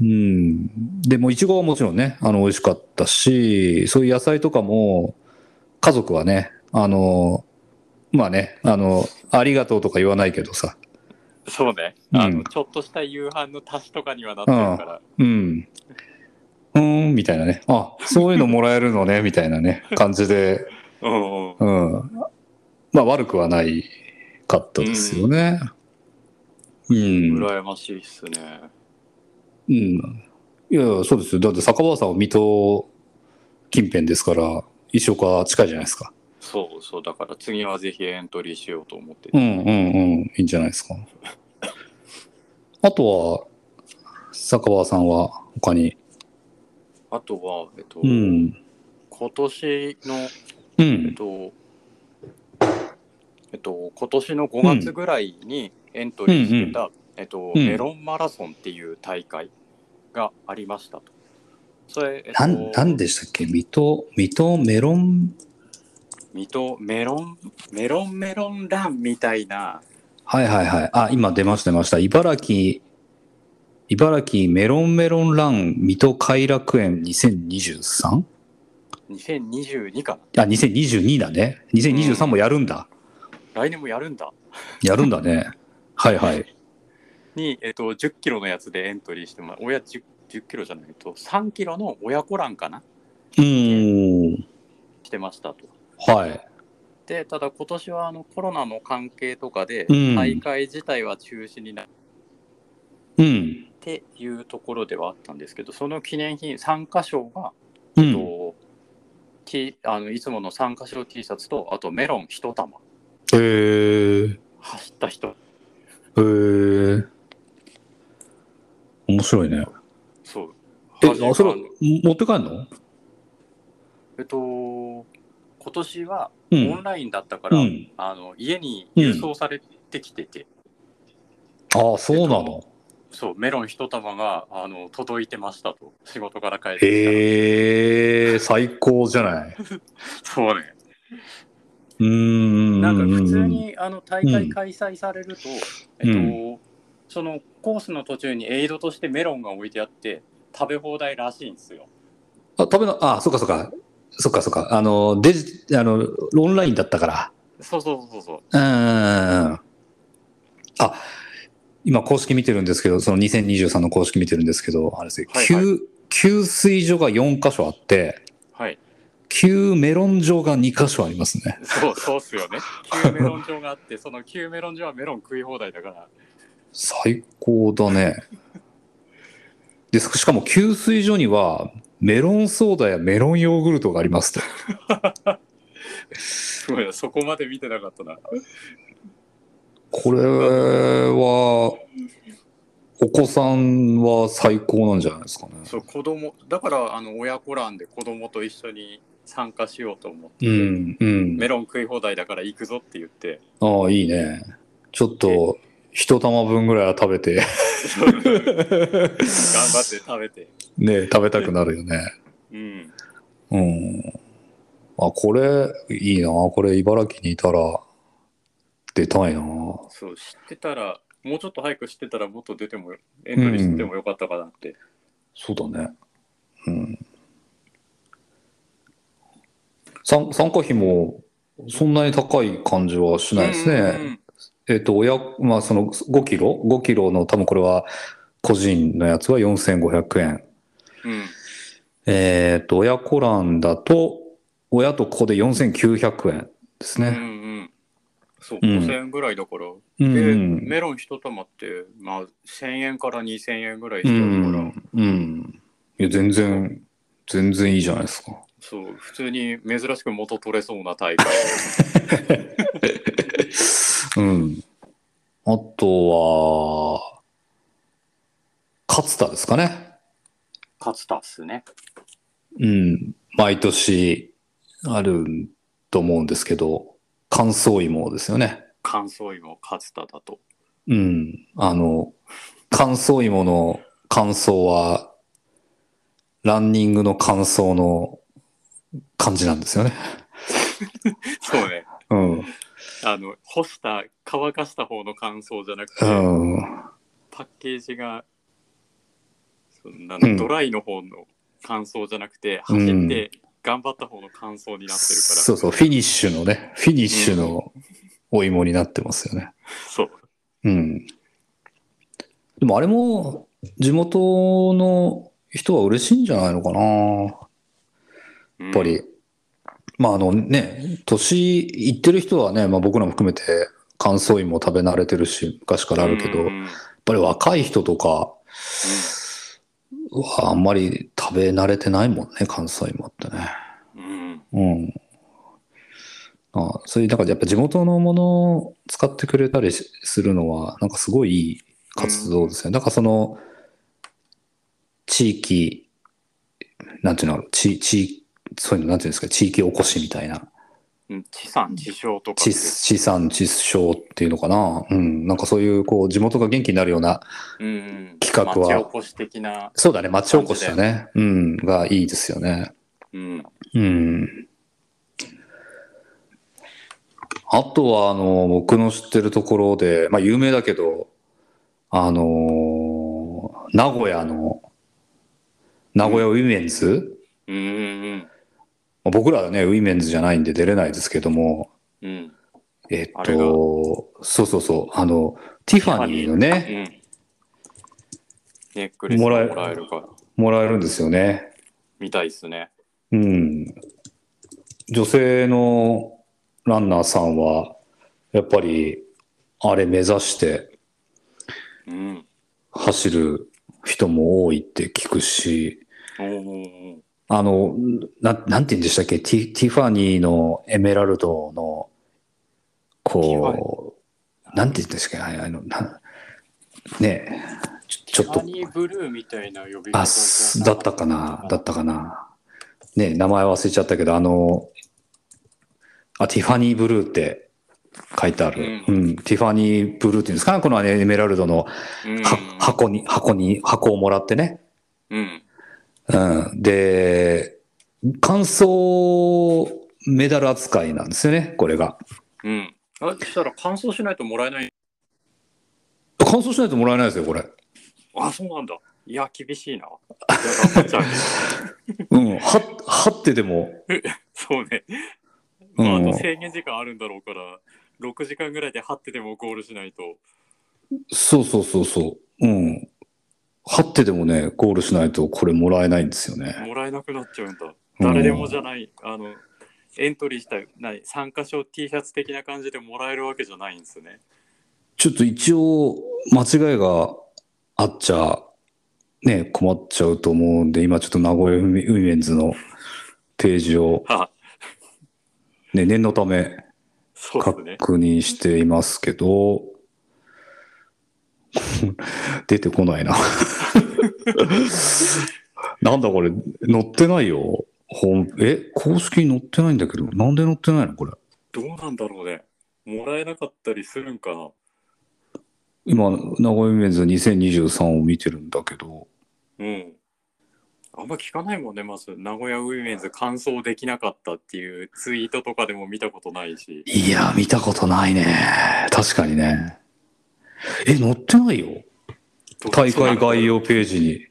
Speaker 2: うん。でも、いちごはもちろんね、あの、美味しかったし、そういう野菜とかも、家族はね、あの、まあね、あの、ありがとうとか言わないけどさ、
Speaker 1: そうね
Speaker 2: うん
Speaker 1: あの、ちょっとした夕飯の足しとかにはなってるから
Speaker 2: うん。うーん、みたいなね。あ、そういうのもらえるのね、み (laughs) たいなね、感じで、
Speaker 3: うんうん
Speaker 2: うん。まあ、悪くはないかったですよね。うん。
Speaker 3: 羨ましいっすね。
Speaker 2: うん。いやいや、そうですよ。だって坂場さんは水戸近辺ですから、石岡近いじゃないですか。
Speaker 3: そうそう、だから次はぜひエントリーしようと思って
Speaker 2: う。んうんうん。いいんじゃないですか。あとは、坂場さんは他に。
Speaker 3: あとは、えっと、
Speaker 2: うん。
Speaker 3: 今年の、
Speaker 2: う
Speaker 3: えっ
Speaker 2: ん。
Speaker 3: と、えっと、今年の5月ぐらいにエントリーしてた、えっと、
Speaker 2: うん
Speaker 3: メロンマラソンっていう大会がありましたと。それ、えっと、
Speaker 2: なん、なんでしたっけ水戸、水戸メロン、
Speaker 3: 水戸メロン、メロンメロンランみたいな、
Speaker 2: はいはいはい。あ、今出ました出ました。茨城、茨城メロンメロンラン水戸偕楽園 2023?
Speaker 3: 2022か
Speaker 2: あ、2022だね。2023もやるんだ。
Speaker 3: な。来年もやるんだ。
Speaker 2: やるんだね。はいはい。
Speaker 3: に、えっと、10キロのやつでエントリーしてもら親 10,
Speaker 1: 10キロじゃないと3キロの親子欄かな
Speaker 2: うーん。
Speaker 1: してましたと。
Speaker 2: はい。
Speaker 1: でただ今年はあのコロナの関係とかで
Speaker 2: うん
Speaker 1: 大会自体は中止になっ
Speaker 2: うん。
Speaker 1: ていうところではあったんですけどその記念品参加賞が、
Speaker 2: う
Speaker 1: えっ
Speaker 2: ん。
Speaker 1: と T あのいつもの参加賞 T シャツとあとメロン1玉
Speaker 2: へー。
Speaker 1: 走った人
Speaker 2: へー。面白いね。
Speaker 1: そう
Speaker 2: え、
Speaker 1: 初め
Speaker 2: あそれ
Speaker 1: あの
Speaker 2: 持って帰んの
Speaker 1: えっと今年は
Speaker 2: う
Speaker 1: オン
Speaker 2: ん。
Speaker 1: ラインだったか
Speaker 2: う
Speaker 1: ら、
Speaker 2: ん。
Speaker 1: あの家に郵送されてきてて、
Speaker 2: ああ、そうなの。
Speaker 1: そうメロン1玉があの届いてましたと仕事から帰ってきたら、
Speaker 2: へー、最高じゃない。
Speaker 1: そうね
Speaker 2: うーん。
Speaker 1: なんか普通
Speaker 2: うん。
Speaker 1: にあの大会開催されると、
Speaker 2: うん
Speaker 1: えっと、そのコースの途中にエイドとしてメロンが置いてあって食べ放題らしいんですよ。
Speaker 2: あ、食べの、あ、そっかそっか。そっかそっか。あの、デジ、あの、オンラインだったから。
Speaker 1: そうそうそうそう。
Speaker 2: うんあ、今公式見てるんですけど、その2023の公式見てるんですけど、あれですよ、
Speaker 1: はいはい
Speaker 2: 給給水所が4箇所あって、
Speaker 1: (laughs) はい。
Speaker 2: 給メロン場が2箇所ありますね。
Speaker 1: そうそうっすよね。旧メロン場があって、その旧メロン場はメロン食い放題だから。
Speaker 2: 最高だね。で、しかも給水所には、メロンソーダやメロンヨーグルトがありますと。
Speaker 1: すごいなそこまで見てなかったな。
Speaker 2: これは、お子さんは最高なんじゃないですかね。
Speaker 1: そう子供だからあの親子欄で子供と一緒に参加しようと思って、
Speaker 2: うん、うん。
Speaker 1: メロン食い放題だから行くぞって言 (laughs) って、
Speaker 2: ああ、いいね。ちょっと、一玉分ぐらいは食べて、 (laughs)
Speaker 1: 頑張って食べて。
Speaker 2: ね、食べたくなるよね。
Speaker 1: うん。
Speaker 2: うん。あ、これ、いいな。これ、茨城にいたら、出たいな。
Speaker 1: そう知ってたらもうちょっと早く知ってたらもっと出てもエントリーしてもよかったかなって、
Speaker 2: そうだね。うん。参参加費も、そんなに高い感じはしないですね。
Speaker 1: うん
Speaker 2: えっ、と、親、まあ、その5キロ ?5 キロの、多分これは、個人のやつは4500円。
Speaker 1: うんうん
Speaker 2: えっ、と、親子欄だと、親と子で4900円です
Speaker 1: うんう
Speaker 2: ね。
Speaker 1: んうんそう
Speaker 2: うん
Speaker 1: 5000円ぐらいだから、
Speaker 2: うん。
Speaker 1: で
Speaker 2: うん。
Speaker 1: メロン一玉って、まあ、1000円から2000円ぐらいし
Speaker 2: う
Speaker 1: ちゃうから、
Speaker 2: ん。うん。いや、全然、全然いいじゃないですか。
Speaker 1: そう普通に珍しく元取れそうな大会
Speaker 2: うん。あとは、勝田ですかね。
Speaker 1: (laughs) 勝田っすね
Speaker 2: うん。毎年あると思うんですけど、乾燥芋ですよね。
Speaker 1: 乾燥芋勝田だと
Speaker 2: うん。あの、乾燥芋の乾燥は、ランニングの乾燥の感じなんですよね。
Speaker 1: そうね
Speaker 2: うん。うん。
Speaker 1: あの干した乾かした方の乾燥じゃなくて、パッケージがそんなの
Speaker 2: うん
Speaker 1: ドライの方の乾燥じゃなくて、
Speaker 2: うん
Speaker 1: 走って頑張った方の乾燥になってるから、
Speaker 2: そうそう、フィニッシュのね、フィニッシュのお芋になってますよね。
Speaker 1: そう
Speaker 2: うん。でもあれも、地元の人は嬉しいんじゃないのかな。
Speaker 1: や
Speaker 2: やっぱり、まああのね、年いってる人はね、まあ、僕らも含めて乾燥芋食べ慣れてるし、昔からあるけど、
Speaker 1: う
Speaker 2: やっ
Speaker 1: ん
Speaker 2: ぱり若い人とかはあんまり食べ慣れてないもんね、乾燥芋ってね。
Speaker 1: うん
Speaker 2: うん。あそういう、だからやっぱ地元のものを使ってくれたりしするのは、なんかすごいいい活動ですよね。だからその、地域、なんていうの、地、地、そういうの、なんていうんですか、地域おこしみたいな。
Speaker 1: うん地産地消とか
Speaker 2: 地地産地消っていうのかな、うん、なんかそういうこう地元が元気になるような、
Speaker 1: うん
Speaker 2: 企画は
Speaker 1: 町おこし的な、
Speaker 2: そうだね、町おこしだね、うん、がいいですよね。
Speaker 1: うん、
Speaker 2: うん。あとは、あの、僕の知ってるところで、まあ有名だけど、あのー名古屋の、名古屋ウィメンズ、
Speaker 1: うんうん
Speaker 2: まあ僕らはね、ウィメンズじゃないんで出れないですけども、
Speaker 1: うんうん
Speaker 2: えっ
Speaker 1: あれが
Speaker 2: と、そうそうそう、あの、ティファニーのね、
Speaker 1: うんネックレスも
Speaker 2: もらえ
Speaker 1: もらえるから
Speaker 2: もらえるんですよね。
Speaker 3: みたいですね。
Speaker 2: うん。女性のランナーさんは、やっぱり、あれ目指して
Speaker 3: うん。
Speaker 2: 走る人も多いって聞くし、
Speaker 3: おー
Speaker 2: あの、ななんて言うんでしたっけ、ティティファニーのエメラルドの、こう、なんて言うんですか、ああの、なねえちょ、ちょっ
Speaker 1: ハ
Speaker 2: と、
Speaker 1: ニーブルーみたいな呼び
Speaker 2: あ、
Speaker 1: 方
Speaker 2: す
Speaker 1: じ
Speaker 2: だ
Speaker 1: ゃな
Speaker 2: ったかな、だ
Speaker 1: か
Speaker 2: ったかな。ねえ名前忘れちゃったけど、あの、あ、ティファニーブルーって書いてある。
Speaker 3: う
Speaker 2: うん、ティファニーブルーっていうんですかね、このねエメラルドの
Speaker 3: うん
Speaker 2: は箱に、箱に、箱をもらってね。
Speaker 3: うん。
Speaker 2: うん、で、感想メダル扱いなんですよね、これが。
Speaker 3: うん。あそしたら乾燥しないともらえない。
Speaker 2: 感想しないともらえないですよ、これ。
Speaker 3: あ、そうなんだ。いや、厳しい (laughs) な。いや頑張っちゃうね。
Speaker 2: うん、は、はってでも、
Speaker 3: そうね。
Speaker 2: うん
Speaker 3: まあ、あと制限時間あるんだろうから、6時間ぐらいで張っててもゴールしないと。
Speaker 2: そうそうそうそう、うん。はってでもね、ゴールしないとこれもらえないんですよね。
Speaker 3: もらえなくなっちゃうんだ。
Speaker 2: うん
Speaker 3: 誰でもじゃない、あの、エントリーした、ない、参加賞 T シャツ的な感じでもらえるわけじゃないんですね。
Speaker 2: ちょっと一応、間違いがあっちゃ、ね、困っちゃうと思うんで、今ちょっと名古屋ウィメンズのペー
Speaker 3: (laughs)
Speaker 2: ジを、
Speaker 3: はあ、
Speaker 2: ね、念のため、
Speaker 3: そうですね。
Speaker 2: 確認していますけど、 (laughs) 出てこ
Speaker 3: (laughs)
Speaker 2: ないな。なんだこれ、載ってないよ。ほんえ、公式に載ってないんだけど、なんで載ってないのこれ。
Speaker 3: どうなんだろうね。もらえなかったりするんかな。
Speaker 2: 今、名古屋メンズ2023を見てるんだけど、
Speaker 3: うん。あんま聞かないもんね、まず。名古屋ウィメンズ完走できなかったっていうツイートとかでも見たことないし。
Speaker 2: いや、見たことないね。確かにね。え、載ってないよ。大会概要ページに。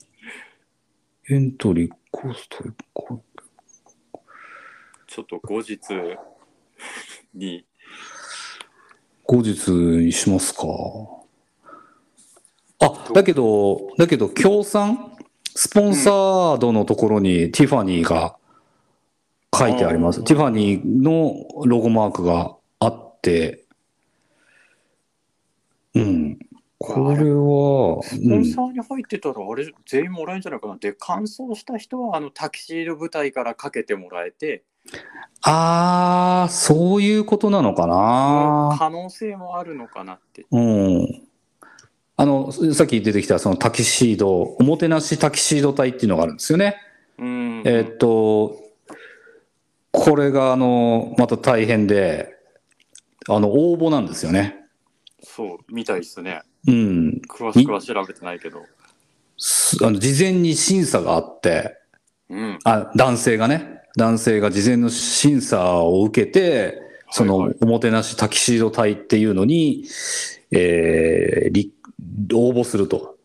Speaker 2: エントリー、コスト、こ
Speaker 3: ちょっと後日に、
Speaker 2: 後日にしますか。あ、だけど、だけど、協賛スポンサードのところにティファニーが書いてあります。
Speaker 3: うん
Speaker 2: ティファニーのロゴマークがあって、うん。これ
Speaker 1: スポ
Speaker 2: は、う
Speaker 1: ン
Speaker 2: ん
Speaker 1: サ、ーに入ってたらあれ全員もらえるんじゃないかなで完走した人はあのタキシード舞台からかけてもらえて
Speaker 2: あー、そういうことなのかな。
Speaker 1: 可能性もあるのかなって
Speaker 2: うん。あの、さっき出てきたそのタキシード、おもてなしタキシード隊っていうのがあるんですよね。
Speaker 3: うん。
Speaker 2: えーっと、これが、あの、また大変で、あの、応募なんですよね。
Speaker 3: そう、みたいですね。
Speaker 2: うん。
Speaker 3: 詳しくは調べてないけど。
Speaker 2: すあの事前に審査があって、
Speaker 3: うん。
Speaker 2: あ、男性がね、男性が事前の審査を受けて、そ
Speaker 3: はいは
Speaker 2: の
Speaker 3: い、
Speaker 2: おもてなしタキシード隊っていうのに、えー、立応募すると。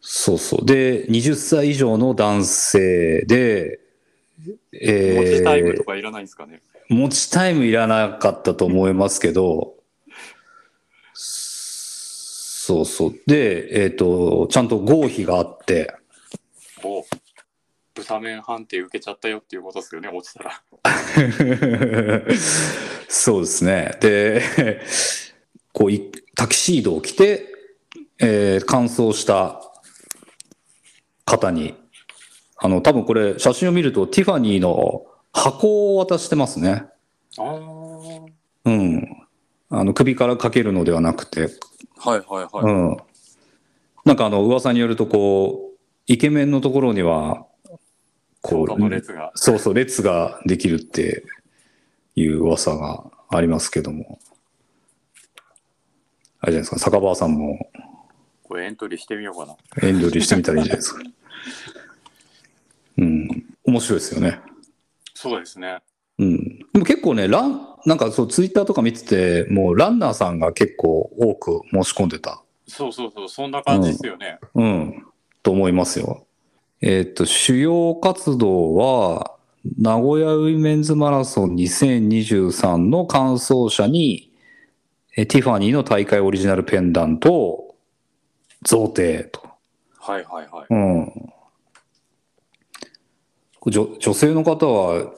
Speaker 2: そうそう。で、20歳以上の男性で、えー
Speaker 3: 持ちタイムとかいらないんですかね。
Speaker 2: 持ちタイムいらなかったと思いますけど、そうそう。で、えっ、と、ちゃんと合否があって、
Speaker 3: お豚麺判定受けちゃったよっていうことですよね、落ちたら。
Speaker 2: そうですね。で、こうい、タキシードを着て、えー、乾燥した方に、あの、多分これ、写真を見ると、ティファニーの箱を渡してますね。
Speaker 3: ああ。はい
Speaker 2: うん。あの、首からかけるのではなくて、
Speaker 3: はいは
Speaker 2: う
Speaker 3: い。
Speaker 2: ん。なんかあの、噂によると、こう、イケメンのところには、こ
Speaker 3: 効
Speaker 2: う、
Speaker 3: 果の列が。
Speaker 2: そうそう、列ができるっていう噂がありますけども。あれじゃないですか、坂場さんも
Speaker 3: これエントリーしてみようかな。
Speaker 2: エンドリーしてみたらいいじゃないですか。うん。面白いですよね。
Speaker 3: そうですね。
Speaker 2: うん。でも結構ね、ラン、なんかそう、ツイッターとか見てて、もうランナーさんが結構多く申し込んでた
Speaker 3: そうそうそう、そんな感じですよね。
Speaker 2: うん、と思いますよ。えーっと、主要活動は、名古屋ウィメンズマラソン2023の完走者に、えティファニーの大会オリジナルペンダントを贈呈と。
Speaker 1: はいはいはい。
Speaker 2: うん。女女性の方は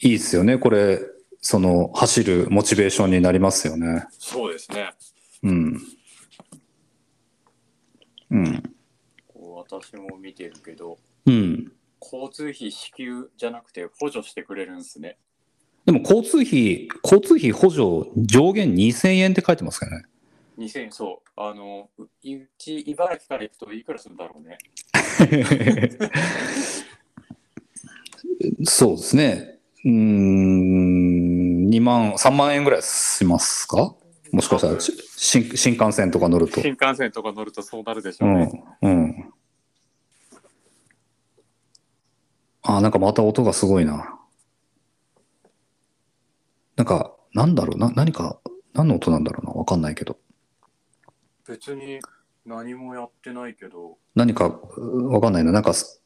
Speaker 2: いいっすよね。これ、その、走るモチベーションになりますよね。
Speaker 3: そうですね。
Speaker 2: うん。うん。
Speaker 1: こう私も見てるけど、
Speaker 2: うん。
Speaker 1: 交通費支給じゃなくて補助してくれるんですね。
Speaker 2: でも交通費、交通費補助上限2000円って書いてますからね。
Speaker 1: 2000円、そう。あの、ううち茨城から行くといくらするんだろうね。
Speaker 2: そうですね。うーん、2万、3万円ぐらいしますかもしかしたら、し新新幹線とか乗ると。
Speaker 3: 新幹線とか乗るとそうなるでし
Speaker 2: う
Speaker 3: ょうね。
Speaker 2: ん。うん。あ、なんかまた音がすごいな。なんか、なんだろうな、何か、何の音なんだろうな、わかんないけど。
Speaker 1: 別に何もやってないけど、
Speaker 2: 何か、うわかんないな、なんかす、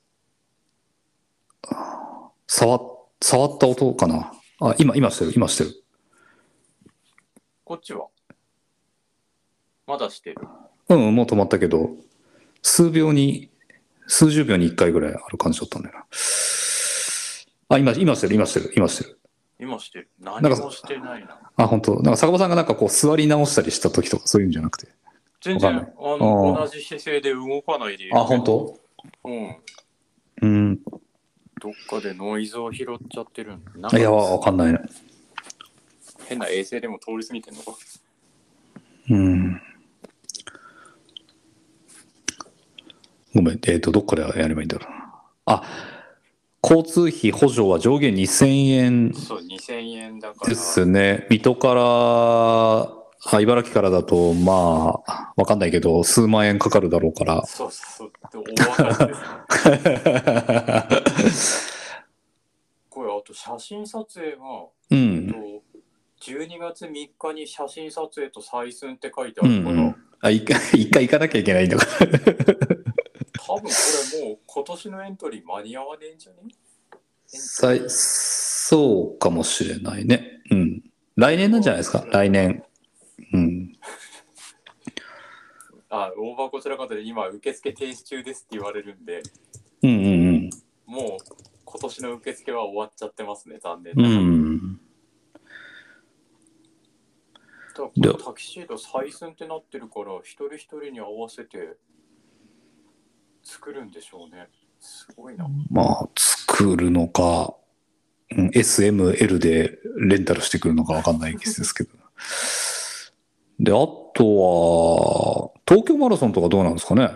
Speaker 2: 触っ、触った音かな。あ、今、今してる、今してる。
Speaker 1: こっちはまだしてる。
Speaker 2: うんうん、もう止まったけど、数秒に、数十秒に一回ぐらいある感じだったんだよな。あ、今、今してる、今してる、今してる。
Speaker 1: 今してる。何
Speaker 2: んか
Speaker 1: もしてないな。
Speaker 2: あ、本当なんか坂本さんがなんかこう座り直したりした時とかそういうんじゃなくて。
Speaker 1: 全
Speaker 2: わかん
Speaker 1: 然
Speaker 2: な
Speaker 1: あの
Speaker 2: あー
Speaker 1: 同じ姿勢で動かないでいる
Speaker 2: あ、本当
Speaker 1: うん。
Speaker 2: うん。
Speaker 1: どっかでノイズを拾っちゃってるんだなん
Speaker 2: いや、
Speaker 1: か
Speaker 2: わわかんないな。
Speaker 1: 変な衛星でも通り過ぎてんのか。
Speaker 2: うん。ごめん、えっ、と、どっからやればいいんだろうな。あ、交通費補助は上限2000円
Speaker 1: そう、2000円だから。
Speaker 2: ですね。水戸から、あ茨城からだと、まあ、わかんないけど、数万円かかるだろうから。
Speaker 1: そうそうそう。で大赤字ですね。
Speaker 2: (laughs)
Speaker 1: これ、あと写真撮影が、
Speaker 2: う
Speaker 1: えっ
Speaker 2: ん。
Speaker 1: と12月3日に写真撮影と採寸って書いてあ
Speaker 2: うん
Speaker 1: るか
Speaker 2: う
Speaker 1: ら、
Speaker 2: ん。あ、一回、一回行かな (laughs) きゃいけないんだから。
Speaker 1: 多分これもう今年のエントリー間に合わねえんじゃねエント
Speaker 2: さ
Speaker 1: リ
Speaker 2: い
Speaker 1: ー
Speaker 2: そうかもしれないね。うん。来年なんじゃないですか来年。うん。
Speaker 1: あ、大箱つらかったで今受付停止中ですって言われるんで、
Speaker 2: うんうん
Speaker 1: もう今年の受付は終わっちゃってますね、残念
Speaker 2: うん。
Speaker 1: な
Speaker 2: う
Speaker 1: がら。
Speaker 2: ん。
Speaker 1: ただ
Speaker 2: で
Speaker 1: タキシード採寸ってなってるから一人一人に合わせて作るんでしょうねすごいな
Speaker 2: まあ、作るのか、うん、SML でレンタルしてくるのかわかんないですけど。で、あとは、東京マラソンとかどうなんですかね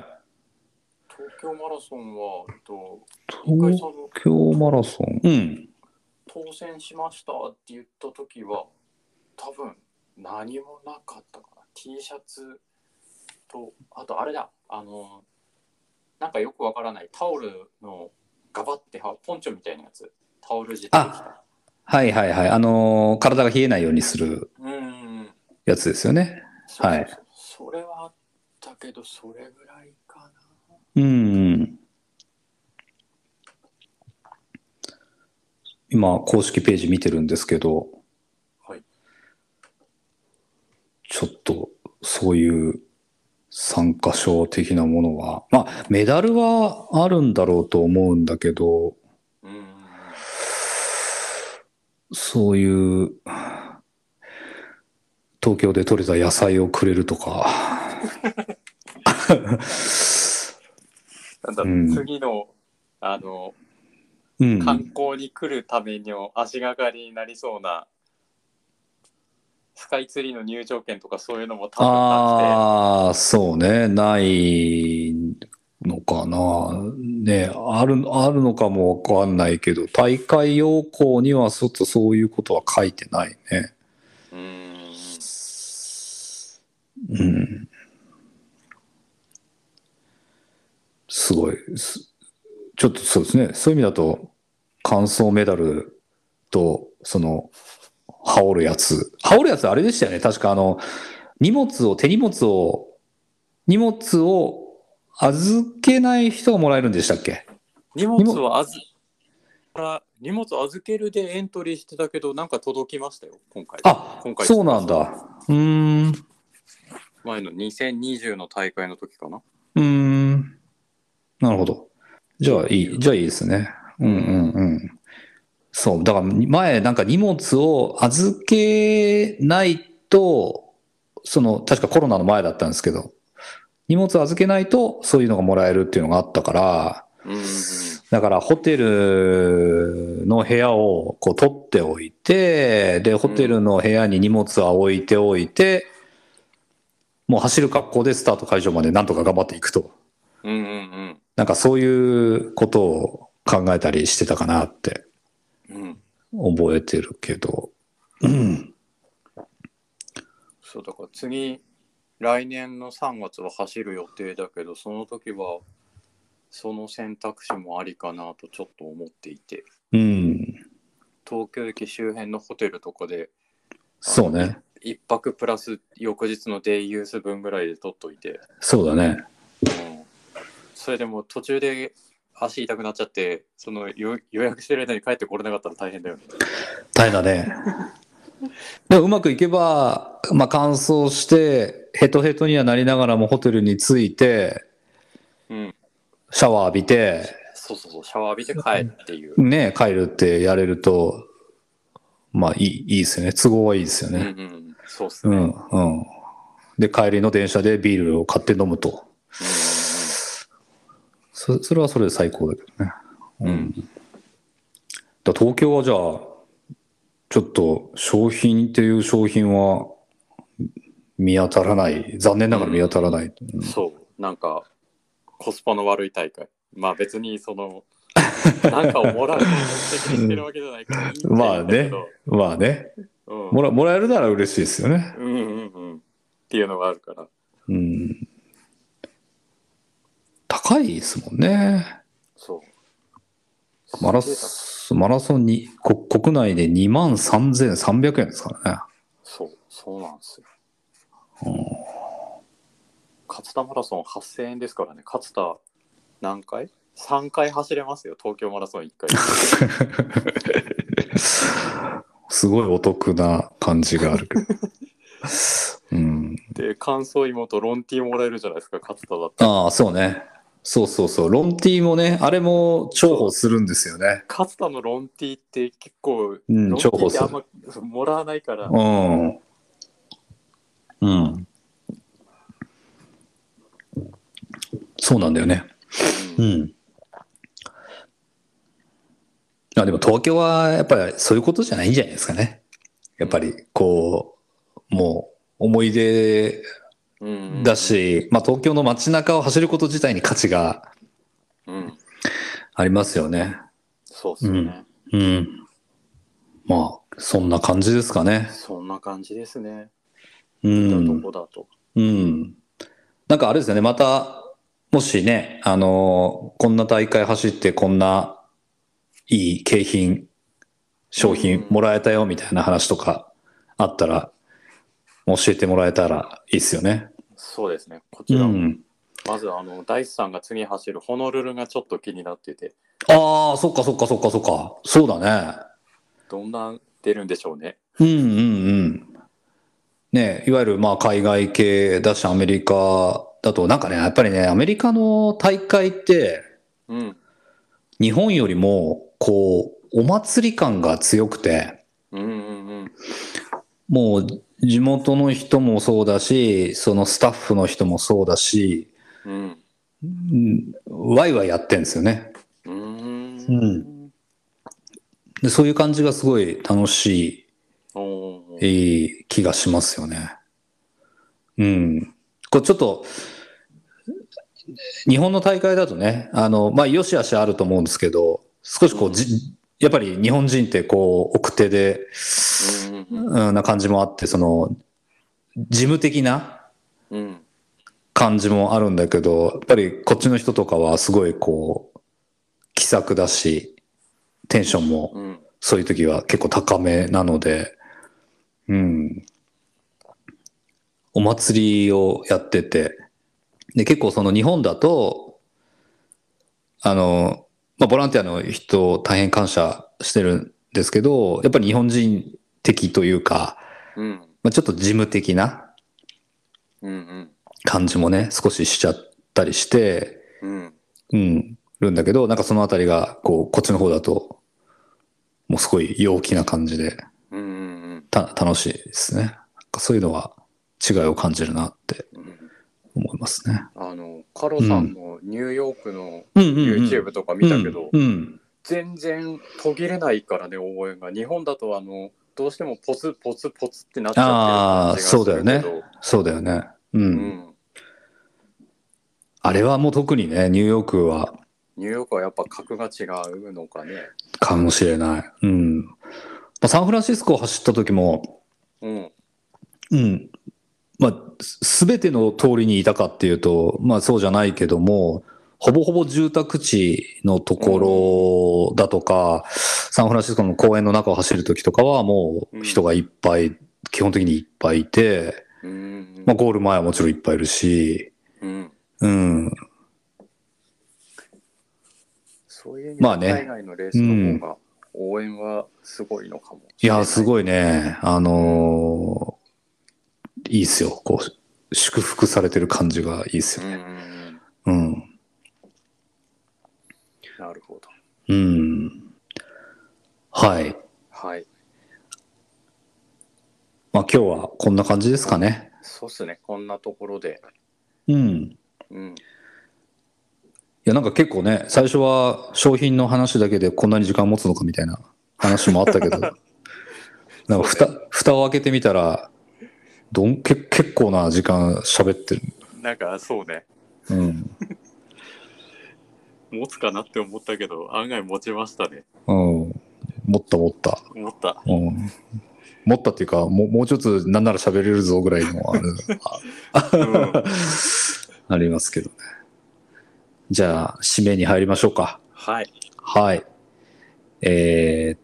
Speaker 1: 東京マラソンは、えっと、一回
Speaker 2: 東
Speaker 1: その
Speaker 2: 京マラソン。うん。
Speaker 1: 当選しましたって言った時は多分何もなかったかな T シャツとあとあれだあのなんかよくわからないタオルのガバってはポンチョみたいなやつタオル自体
Speaker 2: あはいはいはい。あのー体が冷えないようにする
Speaker 1: うんうんうん
Speaker 2: やつですよね。は
Speaker 1: そ
Speaker 2: い
Speaker 1: うそうそうそれはあったけど、それぐらいかな。
Speaker 2: うん。今、公式ページ見てるんですけど、
Speaker 1: はい。
Speaker 2: ちょっと、そういう参加賞的なものは、まあ、メダルはあるんだろうと思うんだけど、
Speaker 1: うんうんうん。
Speaker 2: そういう、東京で採れた野菜をくれるとか、
Speaker 1: なんだ、
Speaker 2: うん
Speaker 1: 次の、あの、
Speaker 2: うん。
Speaker 3: 観光に来るための足がかりになりそうな、スカイツリーの入場券とかそういうのも多分な
Speaker 2: ああ、そうね、ないのかな。ね、ある、あるのかもわかんないけど、大会要項にはちょっとそういうことは書いてないね。
Speaker 1: くて。うん。
Speaker 2: うん。すごい。すちょっとそうですね、そういう意味だと、感想メダルと、その、羽織るやつ。羽織るやつあれでしたよね。確かあの、荷物を、手荷物を、荷物を預けない人がもらえるんでしたっけ
Speaker 1: 荷物は預から荷物預けるでエントリーしてたけど、なんか届きましたよ、今回。
Speaker 2: あ
Speaker 1: 今、回
Speaker 2: そうなんだ。うーん。
Speaker 1: 前の2020の大会の時かな。
Speaker 2: うーん。なるほど。じゃあいい、じゃあいいですね。うんうんうん。そう、だから前、なんか荷物を預けないと、その、確かコロナの前だったんですけど、荷物預けないと、そういうのがもらえるっていうのがあったから、
Speaker 1: うんうん
Speaker 2: だからホテルの部屋をこう取っておいて、で、ホテルの部屋に荷物は置いておいて、もう走る格好でスタート会場までなんとか頑張っていくと。
Speaker 1: うんうん
Speaker 2: なんかそういうことを考えたりしてたかなって
Speaker 1: うんうん
Speaker 2: 覚えてるけど。うん。
Speaker 1: そうだから次来年の3月は走る予定だけどその時はその選択肢もありかなとちょっと思っていて
Speaker 2: うん。
Speaker 1: 東京駅周辺のホテルとかで
Speaker 2: そうね。
Speaker 1: 1泊プラス翌日のデイユース分ぐらいで取っといて、
Speaker 2: そうだね。
Speaker 1: うん、それでも途中で足痛くなっちゃってその予予約してる間に帰ってこれなかったら大変だよね。
Speaker 2: 大変だね。でもうまくいけば、まあ乾燥して、ヘトヘトにはなりながらもホテルに着いて、
Speaker 1: うん、
Speaker 2: シャワー浴びて、
Speaker 1: そうそうそうシャワー浴びて帰っていう。
Speaker 2: ね、帰るってやれると、まあいい、いいですよね。都合はいいですよ
Speaker 1: うんう
Speaker 2: ね。
Speaker 1: ん、そうっす
Speaker 2: う、
Speaker 1: ね。うんうんん
Speaker 2: うん。で、帰りの電車でビールを買って飲むと。そそれはそれで最高だけどね。うん。だ東京はじゃあ、ちょっと商品っていう商品は見当たらない。残念ながら見当たらない。うん
Speaker 1: うんそう、なんか、コスパの悪い大会。まあ別に、そ
Speaker 2: (laughs)
Speaker 1: の、なんかをもらう目的にしてるわけじゃないからいいんだけど。
Speaker 2: まあね。まあね。
Speaker 1: うん、
Speaker 2: もらもらえるなら嬉しいですよね。
Speaker 1: うんうんうん。っていうのがあるから。
Speaker 2: うん。高いですもんね。
Speaker 1: そう。
Speaker 2: マラ
Speaker 1: すげえ高い
Speaker 2: ソン、マラソンに、こ国内で2万3300円ですからね。
Speaker 1: そう、そうなんですよ。
Speaker 2: うん
Speaker 1: 勝田マラソン8000円ですからね。勝田何回 ?3 回走れますよ。東京マラソン1回。
Speaker 2: (laughs) すごいお得な感じがあ (laughs) るけど。うん、
Speaker 1: で、乾燥芋とロンティーもらえるじゃないですか、勝田だったら。
Speaker 2: ああ、そうね。そうそうそう。ロンティーもね、あれも重宝するんですよね。
Speaker 1: 勝田のロンティーって結構、
Speaker 2: うん
Speaker 1: ロンティーっ
Speaker 2: 重宝す
Speaker 1: て
Speaker 2: る
Speaker 1: あんまそうもらわないから、
Speaker 2: うん。うん。そうなんだよね。
Speaker 1: う
Speaker 2: うんん。あでも東京はやっぱりそういうことじゃないんじゃないですかね。やっぱりこう、もう思い出
Speaker 1: うん
Speaker 2: だ、し、まあ東京の街中を走ること自体に価値が
Speaker 1: うん、
Speaker 2: ありますよね。
Speaker 1: そうっすよね、
Speaker 2: うん。まあ、そんな感じですかね。
Speaker 1: そんな感じですね、
Speaker 2: う
Speaker 1: ど
Speaker 2: ん。
Speaker 1: こだと
Speaker 2: うん。なんかあれですよね、また、もしね、あのーこんな大会走って、こんないい景品、商
Speaker 1: うん
Speaker 2: 品もらえたよみたいな話とかあったら、教えてもらえたらいいっすよね。
Speaker 1: そうですねこち
Speaker 2: う
Speaker 1: ら、
Speaker 2: ん。
Speaker 1: まずあのダイスさんが次走るホノルルがちょっと気になってて
Speaker 2: ああ、そっかそっかそっかそっか。そうだね。
Speaker 1: どんな出るんでしょうね
Speaker 2: うんうんうん。ねいわゆるまあ海外系だし、アメリカだと、なんかね、やっぱりね、アメリカの大会って、
Speaker 1: うん
Speaker 2: 日本よりも、こう、お祭り感が強くて、
Speaker 1: うんうんうん
Speaker 2: もう地元の人もそうだし、そのスタッフの人もそうだし、
Speaker 1: うん
Speaker 2: うんワイワイやってんですよね。
Speaker 1: うー
Speaker 2: うんでそういう感じがすごい楽し
Speaker 1: お
Speaker 2: い
Speaker 1: ー
Speaker 2: いい気がしますよね。うん。こうちょっと、日本の大会だとね、あの、まあ、よしあしあると思うんですけど、少しこう、じやっぱり日本人ってこう、奥手で、
Speaker 1: うんうん
Speaker 2: うんな感じもあって、その、事務的な
Speaker 1: うん
Speaker 2: 感じもあるんだけど、やっぱりこっちの人とかはすごいこう、気さくだし、テンションも
Speaker 1: うん
Speaker 2: そういう時は結構高めなので、うん。お祭りをやってて、で、結構その日本だと、あの、まあ、ボランティアの人大変感謝してるんですけど、やっぱり日本人的というか、
Speaker 1: うん
Speaker 2: まあ、ちょっと事務的な
Speaker 1: うんうん
Speaker 2: 感じもね、少ししちゃったりして、
Speaker 1: うん
Speaker 2: うん、るんだけど、なんかそのあたりが、こう、こっちの方だと、もうすごい陽気な感じで、
Speaker 1: うんうん
Speaker 2: た、楽しいですね。なんかそういうのは違いを感じるなって
Speaker 1: うんうん
Speaker 2: 思いますね。
Speaker 1: あのカロさんのニューヨークの
Speaker 2: うん
Speaker 1: YouTube とか見たけど、
Speaker 2: うん。うん
Speaker 1: 全然途切れないからね応援が日本だとあのどうしてもポツポツポツってなっちゃってる感じがするけど
Speaker 2: あーそうだよそうだよね。うん。
Speaker 1: うん、
Speaker 2: あれはもう特にね、ニューヨークは
Speaker 1: ニューヨークはやっぱ格が違うのかね
Speaker 2: かもしれない。うん。まあ、サンフランシスコを走った時も、
Speaker 1: うん
Speaker 2: うん。まあ、すべての通りにいたかっていうと、まあそうじゃないけども、ほぼほぼ住宅地のところだとか、サンフランシスコの公園の中を走る時とかはもう人がいっぱい、基本的にいっぱいいて、
Speaker 1: うん
Speaker 2: まあゴール前はもちろんいっぱいいるし、
Speaker 1: うん
Speaker 2: うん。
Speaker 1: そういう意味で
Speaker 2: まあ
Speaker 1: は
Speaker 2: ね
Speaker 1: 海外のレースの方が応援はすごいのかも
Speaker 2: いや、す
Speaker 1: い
Speaker 2: ごいね。あのーいいっすよ。こう、祝福されてる感じがいいっす
Speaker 1: うん
Speaker 2: よ
Speaker 1: うんう
Speaker 2: ね。
Speaker 1: ん
Speaker 2: うん。
Speaker 1: なるほど
Speaker 2: うん。はい。
Speaker 1: はい
Speaker 2: まあ今日はこんな感じですかね。
Speaker 1: そうっすねこんなところで
Speaker 2: うん。い
Speaker 1: うん
Speaker 2: や、なんか結構ね、最初は商品の話だけでこんなに時間持つのかみたいな話もあったけ (laughs) ど、なんか蓋、蓋を開けてみたら、どん、け、結構な時間喋ってる。
Speaker 1: なんかそうね
Speaker 2: うん。
Speaker 1: 持つかなって思ったけど案外持ちましたね
Speaker 2: うん。持った持った。
Speaker 1: 持
Speaker 2: (laughs)
Speaker 1: った
Speaker 2: うん、持ったっていうかもうもうちょっとなんなら喋れるぞぐらいの (laughs) あれ
Speaker 1: うん
Speaker 2: ありますけどねじゃあ締めに入りましょうか
Speaker 1: はい
Speaker 2: はいえー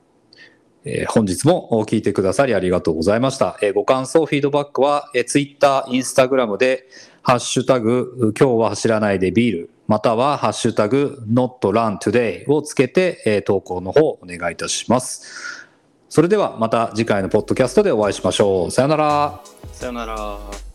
Speaker 2: えー本日も聞いてくださりありがとうございました。えーご感想、フィードバックは、えー、Twitter、Instagram で、ハッシュタグ、今日は走らないでビール、または、ハッシュタグ、not run today をつけて、えー投稿の方お願いいたします。それではまた次回のポッドキャストでお会いしましょう。さよなら。
Speaker 1: さよなら